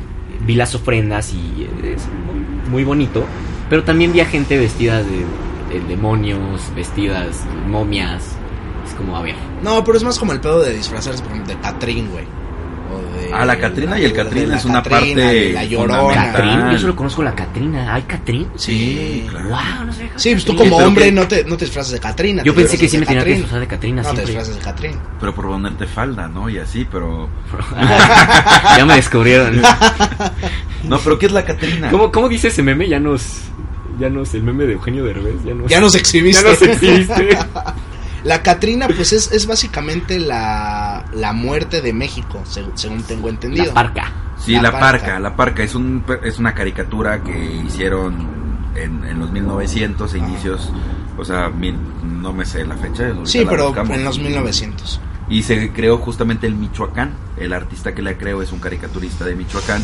Speaker 2: vi las ofrendas y eh, es muy- muy bonito. Pero también vi a gente vestida de, de demonios, vestidas de momias. Es como, a ver.
Speaker 1: No, pero es más como el pedo de disfrazarse, por ejemplo, de Catrín, güey. O de-
Speaker 3: Ah, la Catrina y el
Speaker 1: de
Speaker 3: Catrín
Speaker 1: la
Speaker 3: es una
Speaker 1: Catrina,
Speaker 3: parte
Speaker 1: de La
Speaker 3: fundamental.
Speaker 1: llorona.
Speaker 2: ¿Catrín? Yo solo conozco la Catrina. ¿Hay Catrín?
Speaker 1: Sí,
Speaker 3: claro.
Speaker 2: Wow, no sé.
Speaker 1: Sí, pues tú
Speaker 2: Catrín.
Speaker 1: como
Speaker 3: pero
Speaker 1: hombre
Speaker 3: que-
Speaker 1: no te, no te disfrazas de Catrina.
Speaker 2: Yo
Speaker 1: te
Speaker 2: pensé que
Speaker 1: disfrazas
Speaker 2: sí
Speaker 1: de
Speaker 2: me tenía que
Speaker 1: Catrín.
Speaker 2: disfrazar de Catrina
Speaker 1: No te
Speaker 2: siempre.
Speaker 1: disfrazas de Catrina.
Speaker 3: Pero por ponerte falda, ¿no? Y así, pero.
Speaker 2: [LAUGHS] ya me descubrieron.
Speaker 3: No, pero ¿qué es la Catrina?
Speaker 2: ¿Cómo, ¿Cómo dice ese meme? Ya nos. Ya nos. El meme de Eugenio Derbez. Ya nos.
Speaker 1: Ya nos
Speaker 2: Pues [LAUGHS] ya
Speaker 1: exhibiste.
Speaker 2: nos exhibiste.
Speaker 1: La Catrina, pues es, es básicamente la, la muerte de México, seg- según tengo entendido.
Speaker 2: La parca.
Speaker 3: Sí,
Speaker 1: La
Speaker 3: la,
Speaker 1: Parca.
Speaker 3: parca. la parca es un per- es una caricatura que hicieron en, en los 1900 e
Speaker 1: Ajá.
Speaker 3: inicios, o sea, mil- no me sé la fecha. ahorita
Speaker 1: Sí,
Speaker 3: la
Speaker 1: pero
Speaker 3: buscamos.
Speaker 1: en los 1900.
Speaker 3: Y se creó justamente el Michoacán. El artista que la creó es un caricaturista de Michoacán.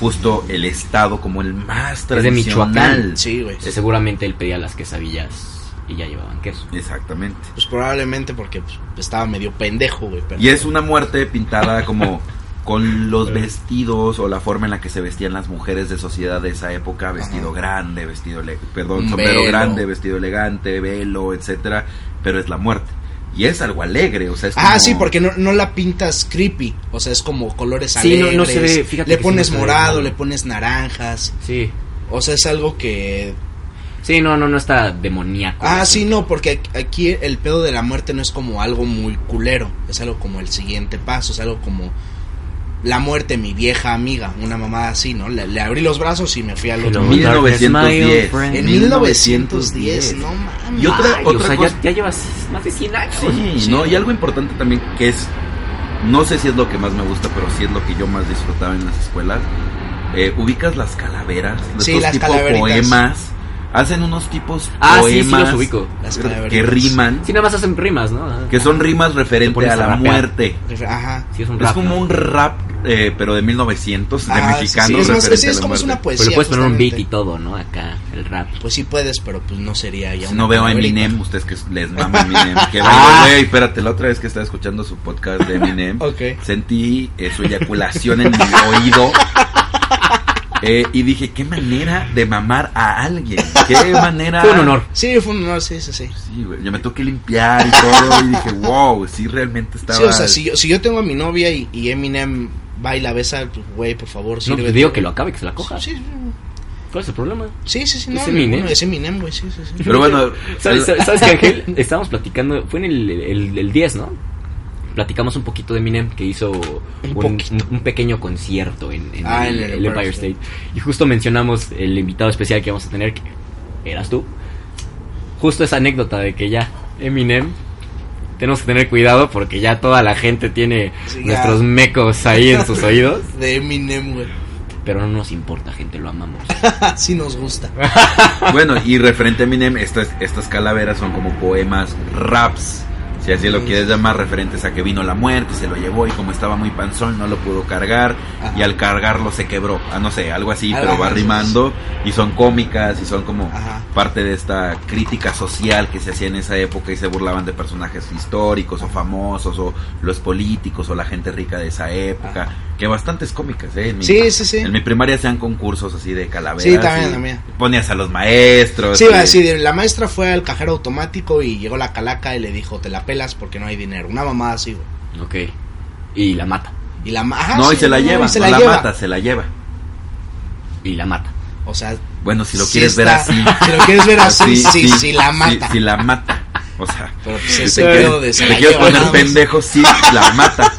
Speaker 3: Justo el estado como el más
Speaker 2: Es de Michoacán.
Speaker 3: tradicional.
Speaker 1: Sí, güey.
Speaker 2: Sí, seguramente él pedía las quesadillas y ya llevaban queso.
Speaker 3: Exactamente.
Speaker 1: Pues probablemente porque pues, estaba medio pendejo, güey. pero-
Speaker 3: Y es una muerte pintada como con los vestidos o la forma en la que se vestían las mujeres de sociedad de esa época, vestido
Speaker 1: Ajá.
Speaker 3: grande, vestido ele- perdón,
Speaker 1: Un
Speaker 3: sombrero
Speaker 1: velo.
Speaker 3: grande, vestido elegante, velo, etcétera, pero es la muerte. Y es algo alegre, o sea, es
Speaker 1: Ah,
Speaker 3: como-
Speaker 1: sí, porque no, no la pintas creepy. O sea, es como colores
Speaker 2: Sí, no-
Speaker 1: alegres.
Speaker 2: no se ve- fíjate
Speaker 1: le
Speaker 2: que sí
Speaker 1: pones
Speaker 2: no se ve
Speaker 1: morado,
Speaker 2: nada.
Speaker 1: le pones naranjas.
Speaker 2: Sí.
Speaker 1: O sea, es algo que
Speaker 2: Sí, no, no, no está demoníaco.
Speaker 1: Ah, sí, no, porque aqu- aquí el pedo de la muerte no es como algo muy culero, es algo como el siguiente paso, es algo como la muerte, mi vieja amiga, una mamada así, ¿no? Le, le abrí los brazos y me fui al otro.
Speaker 2: Hello.
Speaker 1: mundo.
Speaker 3: 1910.
Speaker 1: En 1910, no mames.
Speaker 3: Y otra-
Speaker 2: Ay, o
Speaker 3: otra
Speaker 2: sea,
Speaker 3: cosa-
Speaker 2: ya, ya llevas más de 100 años.
Speaker 3: Sí,
Speaker 1: Sí.
Speaker 3: ¿no? Y algo importante también que es, no sé si es lo que más me gusta, pero sí es lo que yo más disfrutaba en las escuelas. Eh, ubicas las calaveras,
Speaker 1: Sí,
Speaker 3: estos
Speaker 1: las
Speaker 3: tipo
Speaker 1: calaveritas.
Speaker 3: poemas. Hacen unos tipos
Speaker 2: Ah, sí, sí
Speaker 3: poemas
Speaker 2: los ubico.
Speaker 1: Las
Speaker 3: que
Speaker 1: calaveritas.
Speaker 3: riman,
Speaker 2: Sí, nada más hacen rimas, ¿no?
Speaker 3: que son rimas
Speaker 2: Te
Speaker 3: referente
Speaker 2: pones
Speaker 3: a
Speaker 2: a
Speaker 3: la
Speaker 2: rapear.
Speaker 3: muerte.
Speaker 1: Ajá.
Speaker 2: Sí, es un
Speaker 3: Es
Speaker 2: rap,
Speaker 3: como
Speaker 2: ¿no?
Speaker 3: un rap, eh, pero de 1900, de
Speaker 1: Ah, sí,
Speaker 3: mexicanos.
Speaker 1: sí, es, más-
Speaker 3: referente
Speaker 1: sí,
Speaker 3: a
Speaker 1: es
Speaker 3: la
Speaker 1: como es una
Speaker 3: muerte.
Speaker 1: poesía.
Speaker 2: Pero le puedes poner un beat
Speaker 1: justamente.
Speaker 2: y todo, ¿no? Acá, el rap.
Speaker 1: Pues sí puedes, pero pues no sería ya
Speaker 3: Si
Speaker 1: una
Speaker 3: no veo a
Speaker 1: calaverita.
Speaker 3: Eminem, ustedes que
Speaker 1: [LAUGHS]
Speaker 3: les mama Eminem. Que
Speaker 2: Ah.
Speaker 3: vaya, güey, espérate, la otra vez que estaba escuchando su podcast de Eminem,
Speaker 1: Ok.
Speaker 3: sentí eh, su eyaculación en mi oído. Eh, y dije, qué manera de mamar a alguien. Qué manera.
Speaker 2: Fue un honor.
Speaker 1: Sí, fue un honor, sí, sí, sí.
Speaker 3: Sí, güey. Yo me tuve que limpiar y todo. Y dije, wow, sí, realmente estaba.
Speaker 1: Sí, o sea, si yo, si yo tengo a mi novia y, y Eminem baila, besa, pues, güey, por favor,
Speaker 2: No,
Speaker 1: sirve.
Speaker 2: te digo que lo acabe, que se la coja.
Speaker 1: Sí, sí,
Speaker 2: ¿Cuál es el problema?
Speaker 1: Sí, sí, sí, no,
Speaker 2: Es
Speaker 1: es
Speaker 2: Eminem.
Speaker 1: Eminem. Es Eminem, güey, sí, sí, sí.
Speaker 3: Pero
Speaker 1: [LAUGHS]
Speaker 3: bueno,
Speaker 2: ¿Sabes,
Speaker 3: el-
Speaker 2: sabes- sabes que Ángel? Estábamos platicando, fue en el, el- el 10, ¿no? Platicamos un poquito de Eminem que hizo un,
Speaker 1: poquito.
Speaker 2: un pequeño concierto en, en
Speaker 1: Ah,
Speaker 2: el,
Speaker 1: en el
Speaker 2: el Empire
Speaker 1: Empire
Speaker 2: State. Y justo mencionamos el invitado especial que vamos a tener, que eras tú. Justo esa anécdota de que ya Eminem, tenemos que tener cuidado porque ya toda la gente tiene
Speaker 1: Sí, ya.
Speaker 2: nuestros mecos ahí en sus oídos.
Speaker 1: De Eminem, güey. [LAUGHS]
Speaker 2: Pero no nos importa, gente, lo amamos.
Speaker 1: sí nos gusta.
Speaker 3: Bueno, y referente a Eminem, estas, estas calaveras son como poemas, raps, si así lo quieres llamar, referentes a que vino la muerte, se lo llevó y como estaba muy panzón no lo pudo cargar
Speaker 1: Ajá.
Speaker 3: [LAUGHS] y al cargarlo se quebró, ah, no sé, algo así,
Speaker 1: Ah,
Speaker 3: pero va
Speaker 1: ajá, sí,
Speaker 3: rimando y son cómicas y son como
Speaker 1: Ajá.
Speaker 3: parte de esta crítica social que se hacía en esa época y se burlaban de personajes históricos o famosos o los políticos o la gente rica de esa época, que bastantes cómicas, ¿eh? En mi-
Speaker 1: Sí, sí, sí.
Speaker 3: en mi primaria hacían concursos así de calaveras.
Speaker 1: Sí, también
Speaker 3: y
Speaker 1: la mía.
Speaker 3: Ponías a los maestros.
Speaker 1: Sí,
Speaker 3: y-
Speaker 1: iba a decir, la maestra fue al cajero automático y llegó la calaca y le dijo, te la pelas porque no hay dinero. Una mamá así, güey.
Speaker 2: Ok. Y la mata.
Speaker 1: Y la ma- ajá,
Speaker 3: no, y
Speaker 1: "Ah, sí,
Speaker 3: se la lleva,
Speaker 1: y se
Speaker 3: no
Speaker 1: la
Speaker 3: la
Speaker 1: lleva.
Speaker 3: mata, se la lleva.
Speaker 2: Y la mata.
Speaker 1: O sea,
Speaker 3: Bueno, si lo
Speaker 1: sí
Speaker 3: quieres ver
Speaker 1: está-
Speaker 3: así.
Speaker 1: [LAUGHS] Si lo quieres ver así,
Speaker 3: [LAUGHS]
Speaker 1: sí,
Speaker 3: así,
Speaker 1: sí, la mata.
Speaker 3: Sí, sí la mata. O sea,
Speaker 1: Pero
Speaker 3: [LAUGHS]
Speaker 1: pues
Speaker 3: si
Speaker 1: ese
Speaker 3: te
Speaker 1: pedo
Speaker 3: quieres,
Speaker 1: de
Speaker 3: si
Speaker 1: se
Speaker 3: te
Speaker 1: la
Speaker 3: quieres
Speaker 1: lleva
Speaker 3: poner
Speaker 1: nada más.
Speaker 3: pendejo, sí, la mata.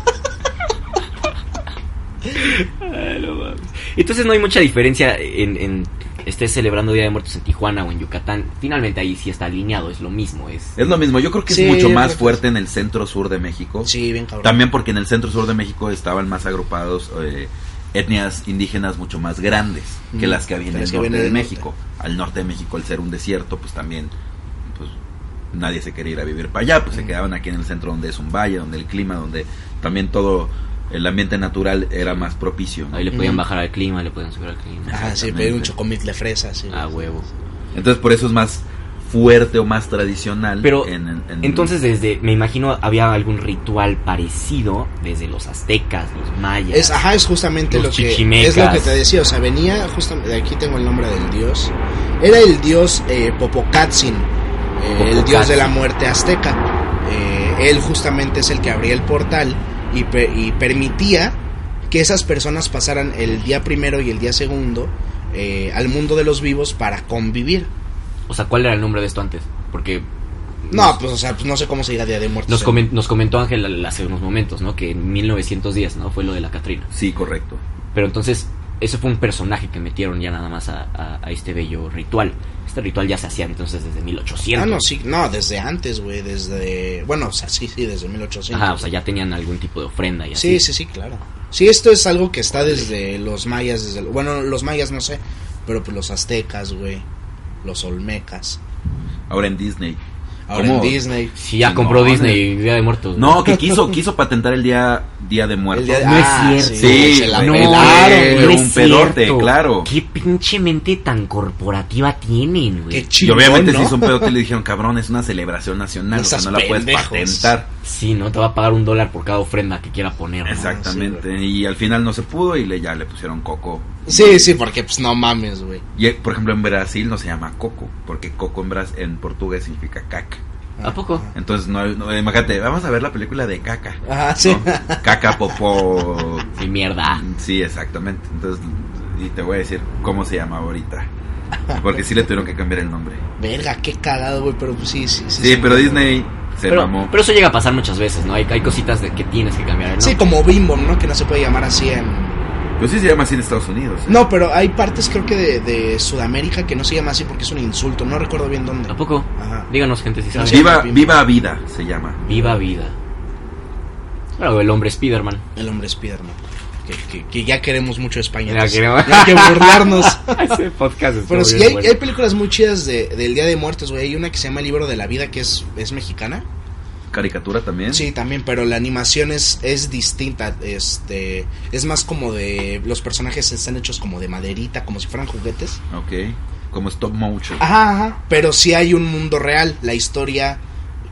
Speaker 2: Entonces no hay mucha diferencia en, en estés celebrando Día de Muertos en Tijuana o en Yucatán. Finalmente ahí sí está alineado, es lo mismo. Es,
Speaker 3: Es lo mismo, yo creo que es
Speaker 1: Sí, yo
Speaker 3: mucho
Speaker 1: creo
Speaker 3: más
Speaker 1: que
Speaker 3: fuerte en el centro sur de México.
Speaker 1: Sí, bien cabrón.
Speaker 3: También porque en el centro sur de México estaban más agrupados eh, etnias indígenas mucho más grandes que
Speaker 1: Mm,
Speaker 3: las que había en
Speaker 1: que
Speaker 3: el
Speaker 1: las que
Speaker 3: norte
Speaker 1: vienen
Speaker 3: de
Speaker 1: del norte.
Speaker 3: México. Al norte de México, al ser un desierto, pues también pues, nadie se quería ir a vivir para allá, pues se
Speaker 1: Mm.
Speaker 3: quedaban aquí en el centro donde es un valle, donde el clima, donde también todo el ambiente natural era más propicio. ¿no?
Speaker 2: Ahí le podían
Speaker 1: Ujú.
Speaker 2: bajar al clima, le podían subir al clima.
Speaker 1: Ajá, sí,
Speaker 3: Exactamente.
Speaker 1: pedir un chocomitle fresa, sí.
Speaker 3: Ah,
Speaker 2: A huevo.
Speaker 3: Entonces por eso es más fuerte o más tradicional.
Speaker 2: Pero,
Speaker 3: en- en-
Speaker 2: Entonces desde, me imagino, había algún ritual parecido desde los aztecas, los mayas.
Speaker 1: Es, ah. ajá, es justamente
Speaker 2: Los
Speaker 1: lo que
Speaker 2: chichimecas.
Speaker 1: es lo que te decía, o sea, venía justamente aquí tengo el nombre del dios. Era el dios eh, Popocatzin, eh, el dios de la
Speaker 2: Popocatzin.
Speaker 1: muerte azteca. Eh, él justamente es el que abría el portal y, pe- y permitía que esas personas pasaran el día primero y el día segundo eh, al mundo de los vivos para convivir.
Speaker 2: O sea, ¿cuál era el nombre de esto antes? Porque
Speaker 1: No, pues, o sea, pues no sé cómo se diga Día de Muertos.
Speaker 2: nos,
Speaker 1: en-
Speaker 2: comen- nos comentó Ángel al- hace unos momentos, ¿no? Que en 1910, ¿no? Fue lo de la Catrina.
Speaker 3: Sí, correcto.
Speaker 2: Pero entonces, ese fue un personaje que metieron ya nada más a, a- a este bello ritual. Este ritual ya se hacía entonces desde 1800.
Speaker 1: Ah, no, sí, no, desde antes, güey, desde... Bueno, o sea, sí, sí, desde 1800.
Speaker 2: Ajá, o sea, ya tenían algún tipo de ofrenda y así.
Speaker 1: Sí, sí, sí, claro. Sí, esto es algo que está desde los mayas, desde el- bueno, los mayas no sé, pero pues los aztecas, güey, los olmecas,
Speaker 3: Ahora en Disney.
Speaker 1: ahora
Speaker 3: ¿Cómo?
Speaker 1: en Disney.
Speaker 2: Sí, ya compró
Speaker 3: No,
Speaker 2: Disney Día de Muertos.
Speaker 3: No, que quiso, quiso patentar el día, día de muertos.
Speaker 1: El día de-
Speaker 2: No es cierto.
Speaker 3: Sí,
Speaker 1: Ah, se la
Speaker 3: no,
Speaker 1: pelaron,
Speaker 3: güey.
Speaker 1: güey.
Speaker 3: un pedote, claro.
Speaker 2: Qué pinche mente tan corporativa tienen, güey.
Speaker 1: Qué
Speaker 3: Y
Speaker 1: chingón,
Speaker 3: obviamente
Speaker 1: ¿no?
Speaker 3: si son pedote le dijeron, cabrón, es una celebración nacional,
Speaker 1: No
Speaker 3: o sea,
Speaker 1: seas
Speaker 3: no la puedes
Speaker 1: pendejos.
Speaker 3: patentar.
Speaker 2: Sí, no te va a pagar un dólar por cada ofrenda que quiera poner.
Speaker 1: Ah,
Speaker 2: ¿no?
Speaker 3: Exactamente. y al final no se pudo y le, ya le pusieron coco.
Speaker 1: Sí, sí, porque pues no mames, güey.
Speaker 3: Y eh, por ejemplo en Brasil no se llama coco, porque coco en, Bras- en portugués significa caca.
Speaker 2: ¿A poco?
Speaker 3: Entonces, no, no, imagínate, vamos a ver la película de caca.
Speaker 1: Ajá, sí.
Speaker 3: ¿no? Caca, popó. [LAUGHS]
Speaker 2: Sí, mierda.
Speaker 3: Sí, exactamente. Entonces, y te voy a decir cómo se llama ahorita. Porque sí le tuvieron que cambiar el nombre.
Speaker 1: [LAUGHS] Verga, qué cagado, güey, pero pues sí, sí, sí.
Speaker 3: Sí, pero Disney se
Speaker 2: Pero,
Speaker 3: mamó.
Speaker 2: pero eso llega a pasar muchas veces, ¿no? Hay, hay cositas de que tienes que cambiar, ¿no?
Speaker 1: Sí, como Bimbo, ¿no? Que no se puede llamar así en...
Speaker 3: Pues sí se llama así en Estados Unidos. ¿eh?
Speaker 1: No, pero hay partes creo que de, de Sudamérica que no se llama así porque es un insulto, no recuerdo bien dónde.
Speaker 2: ¿A poco?
Speaker 1: Ajá.
Speaker 2: Díganos, gente, si saben.
Speaker 1: Sí.
Speaker 3: Viva, viva vida se llama.
Speaker 2: Viva vida. Claro, el hombre [LAUGHS] Spider-Man.
Speaker 1: El hombre Spiderman. Que, que- que ya queremos mucho España.
Speaker 2: Ya
Speaker 1: entonces,
Speaker 2: queremos.
Speaker 1: no hay que
Speaker 2: [LAUGHS]
Speaker 1: burlarnos.
Speaker 2: Ese podcast
Speaker 1: Pero sí, hay, hay películas muy chidas de, del Día de Muertos, güey. Hay una que se llama El Libro de la Vida, que es, es mexicana.
Speaker 3: Caricatura
Speaker 2: ¿Eh?
Speaker 3: también.
Speaker 1: Sí, también, pero la animación es, es distinta. Este, es más como de... Los personajes están hechos como de maderita, como si fueran juguetes.
Speaker 3: Ok. Como stop motion.
Speaker 1: Ajá, ajá. Pero sí hay un mundo real. La historia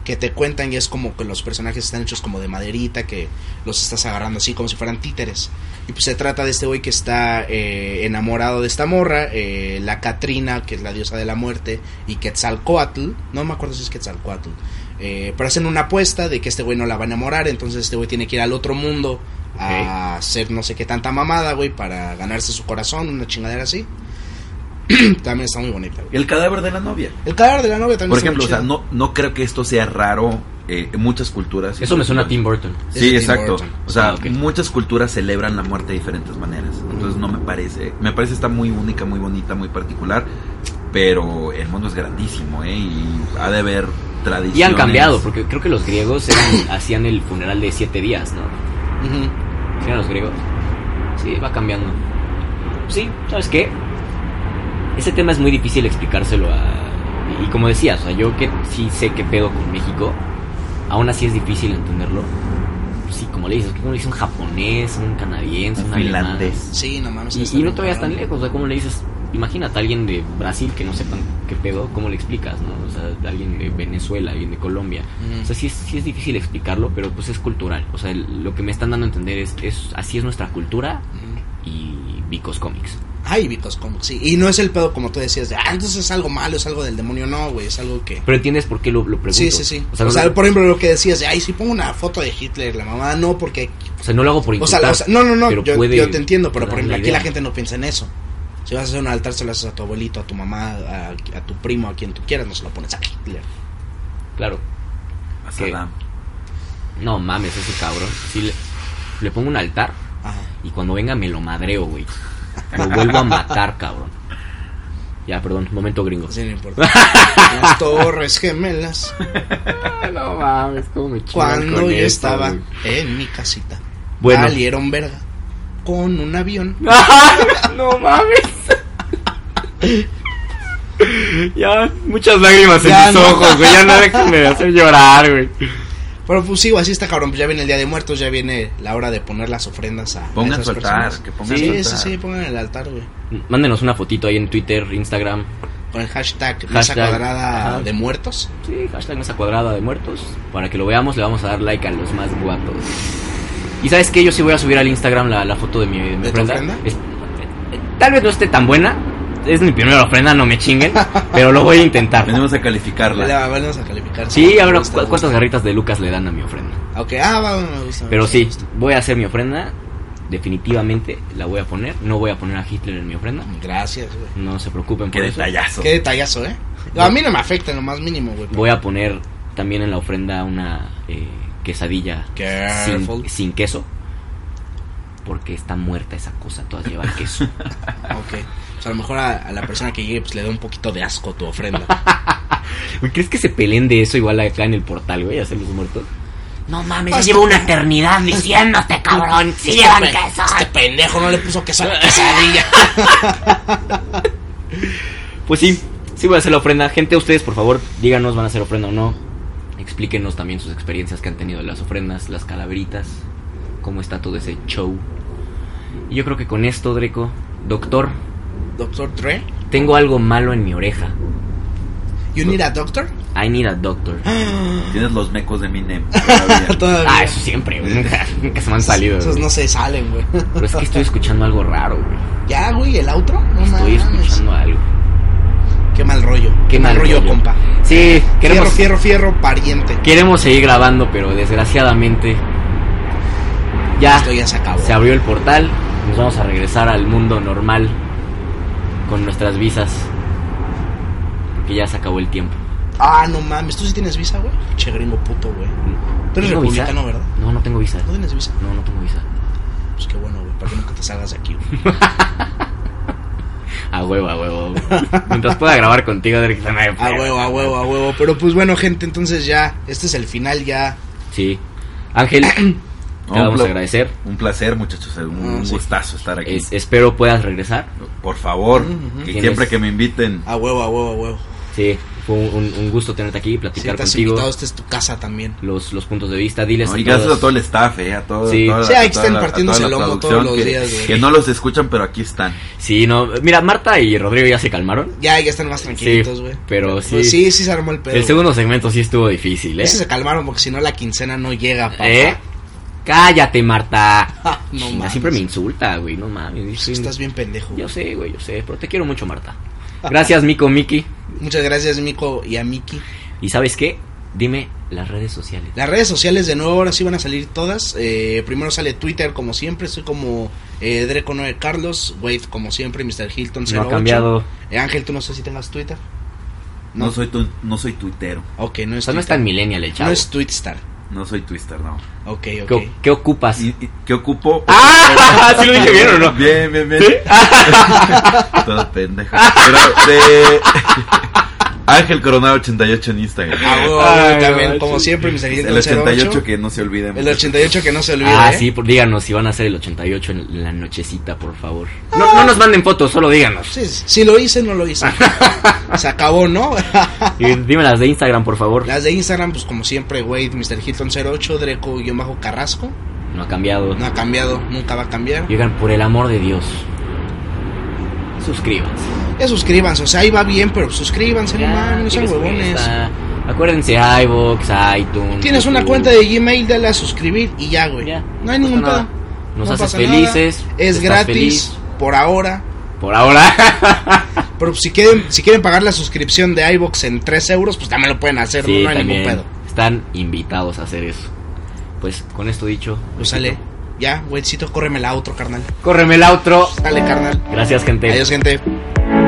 Speaker 1: que te cuentan y es como que los personajes están hechos como de maderita, que los estás agarrando así como si fueran títeres. Y pues se trata de este güey que está eh, enamorado de esta morra, eh, la Catrina, que es la diosa de la muerte, y Quetzalcoatl. No me acuerdo si es Quetzalcoatl. Eh, pero hacen una apuesta de que este güey no la va a enamorar, entonces este güey tiene que ir al otro mundo a hacer no sé qué tanta mamada, güey, para ganarse su corazón, una chingadera así. [CLEARS THROAT] También está muy bonita, güey.
Speaker 3: El cadáver de la novia.
Speaker 1: El cadáver de la novia también
Speaker 3: Por
Speaker 1: está muy
Speaker 3: ejemplo, o sea,
Speaker 1: chido.
Speaker 3: no, no creo que esto sea raro eh, en muchas culturas.
Speaker 2: Eso me suena a Tim Burton.
Speaker 1: Es
Speaker 3: Sí,
Speaker 1: Tim
Speaker 3: exacto.
Speaker 1: Burton.
Speaker 3: O sea,
Speaker 2: Ah, ok.
Speaker 3: muchas culturas celebran la muerte de diferentes maneras. Entonces no me parece, me parece está muy única, muy bonita, muy particular, pero el mundo es grandísimo, ¿eh? Y ha de haber tradiciones.
Speaker 2: Y han cambiado, porque creo que los griegos [LAUGHS] eran- hacían el funeral de siete días, ¿no?
Speaker 1: Ujú.
Speaker 2: ¿Sí eran los griegos? Sí, va cambiando. Sí, ¿sabes qué? Ese tema es muy difícil explicárselo a... Y como decías, o sea, yo que sí sé qué pedo con México, aún así es difícil entenderlo. Sí, como le dices, ¿cómo le dice un japonés, un canadiense,
Speaker 3: Un
Speaker 2: un alemán?
Speaker 3: finlandés.
Speaker 1: Sí, no mames.
Speaker 2: Y,
Speaker 1: está
Speaker 2: y no
Speaker 1: bien
Speaker 2: te vayas tan
Speaker 1: cabrón.
Speaker 2: lejos, o sea, ¿cómo le dices? Imagínate a alguien de Brasil que no sepan qué pedo, ¿cómo le explicas? No? O sea, alguien de Venezuela, alguien de Colombia.
Speaker 1: Ujú.
Speaker 2: O sea, sí es, sí es difícil explicarlo, pero pues es cultural. O sea, el- lo que me están dando a entender es, es así es nuestra cultura
Speaker 1: Ujú.
Speaker 2: y Vicos Comics.
Speaker 1: Ay, Vicos Comics, sí. Y no es el pedo como tú decías, de, ah, entonces es algo malo, es algo del demonio. No, güey, es algo que.
Speaker 2: Pero entiendes por qué lo, lo pregunto.
Speaker 1: Sí, sí, sí.
Speaker 2: O sea, no-
Speaker 1: por ejemplo, lo que decías, de, ay, si pongo una foto de Hitler, la mamá, no, porque
Speaker 2: sea, no lo hago por
Speaker 1: O sea,
Speaker 2: insultar.
Speaker 1: la- o sea, no, no, no,
Speaker 2: pero
Speaker 1: yo,
Speaker 2: puede
Speaker 1: yo te entiendo, pero por
Speaker 2: dar
Speaker 1: ejemplo,
Speaker 2: una
Speaker 1: aquí la
Speaker 2: idea.
Speaker 1: gente no piensa en eso. Si vas a hacer un altar, se lo haces a tu abuelito, a tu mamá, a, a tu primo, a quien tú quieras, no se lo pones a Hitler.
Speaker 2: Claro.
Speaker 3: A
Speaker 2: ¿Qué?
Speaker 3: Saddam.
Speaker 2: No mames, ese cabrón. Si le, le pongo un altar
Speaker 1: Ajá.
Speaker 2: y cuando venga me lo madreo, güey. Lo vuelvo a matar, cabrón. Ya, perdón, momento gringo.
Speaker 1: Sí, no importa. Las torres gemelas.
Speaker 2: [LAUGHS] no mames, cómo Pues me
Speaker 1: Cuando yo estaba en mi casita.
Speaker 2: Bueno.
Speaker 1: Salieron verga. Con un avión.
Speaker 2: no mames. [LAUGHS] ya, muchas lágrimas en
Speaker 1: Ya
Speaker 2: mis
Speaker 1: no.
Speaker 2: ojos, güey. Ya no déjenme de hacer
Speaker 1: [LAUGHS]
Speaker 2: llorar, güey.
Speaker 1: Pero pues sí, güey, así está cabrón. Pues ya viene el Día de Muertos, ya viene la hora de poner las ofrendas a, a
Speaker 3: Pongan
Speaker 1: esas
Speaker 3: su altar,
Speaker 1: personas.
Speaker 3: que pongan
Speaker 1: sí,
Speaker 3: su altar.
Speaker 1: Sí, sí, pongan el altar, güey.
Speaker 2: Mándenos una fotito ahí en Twitter, Instagram.
Speaker 1: Con el hashtag, mesa
Speaker 2: Hashtag.
Speaker 1: cuadrada
Speaker 2: Ajá.
Speaker 1: de muertos.
Speaker 2: Sí, hashtag mesa cuadrada de muertos. Para que lo veamos, le vamos a dar like a los más guapos. Y sabes que yo sí voy a subir al Instagram la, la foto de mi, mi
Speaker 1: ¿De tu ofrenda?
Speaker 2: Es- eh, tal vez no esté tan buena. Es mi primera ofrenda, no
Speaker 1: [LAUGHS]
Speaker 2: me chinguen. pero lo voy a intentar.
Speaker 3: Venimos a
Speaker 1: La
Speaker 3: calificarla.
Speaker 1: vamos a calificar.
Speaker 2: Sí,
Speaker 1: me
Speaker 2: ahora
Speaker 1: gusta, me
Speaker 2: cuántas
Speaker 1: gusta.
Speaker 2: garritas de Lucas le dan a mi ofrenda.
Speaker 1: Ok, ah, va, me gusta. me
Speaker 2: Pero
Speaker 1: gusta, me
Speaker 2: sí,
Speaker 1: gusta.
Speaker 2: voy a hacer mi ofrenda. Definitivamente la voy a poner. No voy a poner a Hitler en mi ofrenda.
Speaker 1: Gracias, güey.
Speaker 2: No se preocupen
Speaker 3: Qué
Speaker 2: por eso.
Speaker 3: detallazo.
Speaker 1: Qué detallazo, ¿eh? No, a mí no me afecta en lo más mínimo, güey. pero-
Speaker 2: Voy a poner también en la ofrenda una eh, quesadilla
Speaker 1: Careful.
Speaker 2: sin, sin queso. Porque está muerta esa cosa,
Speaker 1: [LAUGHS]
Speaker 2: todas llevan queso.
Speaker 1: Ok. O sea, a lo mejor a, a la persona que llegue pues, le da un poquito de asco tu ofrenda.
Speaker 2: Güey, ¿Crees que se peleen de eso igual acá en el portal, güey? Hacer los muertos. No mames, ya
Speaker 1: Hasta-
Speaker 2: llevo una eternidad diciéndote, cabrón. Si
Speaker 1: Este
Speaker 2: llevan
Speaker 1: pe-
Speaker 2: queso.
Speaker 1: Este pendejo no le puso queso
Speaker 2: [LAUGHS]
Speaker 1: a la quesadilla.
Speaker 2: Pues sí, sí voy a hacer la ofrenda. Gente, ustedes por favor, díganos, van a hacer ofrenda o no. Explíquenos también sus experiencias que han tenido de las ofrendas, las calaveritas, cómo está todo ese show. Y yo creo que con esto, Dreco, doctor,
Speaker 1: Doctor Dre.
Speaker 2: tengo algo malo en mi oreja.
Speaker 1: You need a [GASPS] doctor?
Speaker 2: I need a doctor.
Speaker 3: Tienes los mecos de
Speaker 1: [LAUGHS]
Speaker 3: Minem. todavía.
Speaker 1: Todavía.
Speaker 2: Ah, eso siempre, güey, [LAUGHS] nunca, nunca se me han salido.
Speaker 1: Esos
Speaker 2: güey.
Speaker 1: no se salen, güey. [LAUGHS]
Speaker 2: Pero es que estoy escuchando algo raro, güey.
Speaker 1: Ya, güey, el outro. No
Speaker 2: Estoy
Speaker 1: mames.
Speaker 2: escuchando algo.
Speaker 1: Qué mal rollo.
Speaker 2: Qué mal rollo,
Speaker 1: compa.
Speaker 2: Sí, queremos,
Speaker 1: Fierro, fierro, fierro, pariente.
Speaker 2: queremos seguir grabando, pero desgraciadamente ya
Speaker 1: Esto ya se acabó.
Speaker 2: Ah. Se abrió el portal, nos vamos a regresar al mundo normal con nuestras visas. Porque ya se acabó el tiempo.
Speaker 1: Ah, no mames. ¿Tú sí tienes visa, güey? Che gringo puto, güey. Tú eres
Speaker 2: ¿Tengo visa?
Speaker 1: republicano, ¿verdad?
Speaker 2: No, no tengo visa.
Speaker 1: ¿No tienes visa?
Speaker 2: No, no tengo visa.
Speaker 1: Pues qué bueno, güey. Para que nunca te salgas de aquí, güey.
Speaker 2: A huevo, a huevo. [LAUGHS] Mientras pueda grabar contigo, Derek, no hay
Speaker 1: A
Speaker 2: pedo.
Speaker 1: huevo, a huevo, a huevo. Pero pues bueno, gente, entonces ya. Este es el final, ya.
Speaker 2: Sí. [CLEARS THROAT] Ángel, te
Speaker 3: No,
Speaker 2: vamos a
Speaker 3: pla-
Speaker 2: agradecer.
Speaker 3: Un placer, muchachos. Un,
Speaker 1: Ah,
Speaker 3: un
Speaker 1: sí.
Speaker 3: gustazo estar aquí.
Speaker 2: Es- espero puedas regresar.
Speaker 3: Por favor,
Speaker 1: Ujú, ujú. Ah,
Speaker 3: que
Speaker 2: Tienes-
Speaker 3: siempre que me inviten.
Speaker 1: A huevo, a huevo, a huevo.
Speaker 2: Sí, fue un, un- un gusto tenerte aquí y
Speaker 1: Si
Speaker 2: platicar
Speaker 1: te has
Speaker 2: contigo.
Speaker 1: invitado, esta es tu casa también.
Speaker 2: Los, los puntos de vista, diles.
Speaker 3: ¿no?
Speaker 2: a
Speaker 3: Y gracias
Speaker 2: todas-
Speaker 3: a todo el staff, eh, a todo.
Speaker 2: Sí.
Speaker 3: toda la-
Speaker 1: Sí, ahí
Speaker 3: a
Speaker 1: están
Speaker 3: toda la- a
Speaker 1: partiéndose
Speaker 3: toda
Speaker 1: el
Speaker 3: la
Speaker 1: lomo todos
Speaker 3: producción
Speaker 1: los
Speaker 3: que-
Speaker 1: días, güey.
Speaker 3: Que no los escuchan, pero aquí están.
Speaker 2: Sí, no. Mira, Marta y Rodrigo ya se calmaron.
Speaker 1: Ya, ya están más tranquilitos, güey.
Speaker 2: pero
Speaker 1: Pues
Speaker 2: sí.
Speaker 1: sí, sí se armó el pedo.
Speaker 2: El segundo segmento sí estuvo difícil, ¿eh?
Speaker 1: Ese se calmaron porque si no la quincena no llega, papá. [LAUGHS]
Speaker 2: [LAUGHS] ¿Eh? Cállate, Marta.
Speaker 1: Ja, [LAUGHS] no
Speaker 2: Chinga,
Speaker 1: mames.
Speaker 2: siempre me insulta, güey, no mames.
Speaker 1: Pues que estás bien pendejo. güey.
Speaker 2: Yo sé, güey, yo sé, pero te quiero mucho, Marta. Gracias, Mico Miki.
Speaker 1: Muchas gracias, Mico y a Miki.
Speaker 2: ¿Y sabes qué? Dime las redes sociales.
Speaker 1: Las redes sociales de nuevo ahora sí van a salir todas. Eh, primero sale Twitter, como siempre. Soy como eh, Dreco 9 Carlos. Wade, como siempre. Mr. Hilton 08.
Speaker 2: No ha cambiado.
Speaker 1: Eh, Ángel, tú no sé si tengas Twitter.
Speaker 3: No, soy tu, no soy tuitero.
Speaker 1: Ok, no
Speaker 2: O
Speaker 1: es
Speaker 2: sea, no es
Speaker 1: Twitter.
Speaker 2: tan millennial el chavo.
Speaker 1: No es Twitstar.
Speaker 3: No soy twister, no.
Speaker 1: Ok, ok.
Speaker 2: ¿Qué, qué ocupas?
Speaker 3: ¿Y, y- qué ocupo?
Speaker 2: ¡Ah! [LAUGHS] ¿Sí lo dije bien o no?
Speaker 3: Bien,
Speaker 1: [LAUGHS]
Speaker 3: bien, bien. [LAUGHS] Todo pendejo. Pero de. [LAUGHS] Ángel Coronado 88 en Instagram.
Speaker 1: Ah, güey,
Speaker 2: Ay,
Speaker 1: también,
Speaker 2: no,
Speaker 1: como
Speaker 2: sí.
Speaker 1: siempre, Mr. Hilton
Speaker 3: El 88
Speaker 1: 08.
Speaker 3: que no se olvide.
Speaker 1: El 88 que no se olvida.
Speaker 2: Ah,
Speaker 1: ¿eh?
Speaker 2: sí, por- díganos si van a hacer el 88 en la nochecita, por favor. No, no nos manden fotos, solo díganos.
Speaker 1: Sí, sí, Si lo hice, no lo hice. [LAUGHS] Se acabó, ¿no?
Speaker 2: [LAUGHS]
Speaker 1: [LAUGHS]
Speaker 2: Y dime las de Instagram, por favor.
Speaker 1: Las de Instagram, pues como siempre, Wade, Mr. Hilton08, Dreco-Carrasco.
Speaker 2: No ha cambiado.
Speaker 1: No ha cambiado, nunca va a cambiar.
Speaker 2: Y Oigan, por el amor de Dios, suscríbanse.
Speaker 1: Ya suscríbanse, o sea, ahí va bien, pero suscríbanse, no mames, no sean
Speaker 2: tienes
Speaker 1: huevones.
Speaker 2: cuenta. Acuérdense, iVoox, iTunes.
Speaker 1: Tienes una
Speaker 2: YouTube.
Speaker 1: cuenta de Gmail, dale a suscribir y ya, güey.
Speaker 2: Ya,
Speaker 1: no hay
Speaker 2: no
Speaker 1: ningún
Speaker 2: pasa
Speaker 1: pedo.
Speaker 2: nada. Nos
Speaker 1: No
Speaker 2: haces
Speaker 1: pasa nada,
Speaker 2: felices.
Speaker 1: Es
Speaker 2: estás
Speaker 1: gratis
Speaker 2: feliz.
Speaker 1: por ahora.
Speaker 2: Por ahora. [LAUGHS]
Speaker 1: Pero si quieren, si quieren pagar la suscripción de iBox en 3 euros, pues también lo pueden hacer,
Speaker 2: sí,
Speaker 1: no hay ningún
Speaker 2: también.
Speaker 1: pedo.
Speaker 2: Están invitados a hacer eso. Pues con esto dicho.
Speaker 1: Pues sale Ya, güeycito, córremela a otro, carnal.
Speaker 4: Córreme el outro.
Speaker 1: Dale, carnal.
Speaker 2: Gracias, gente.
Speaker 1: Adiós, gente.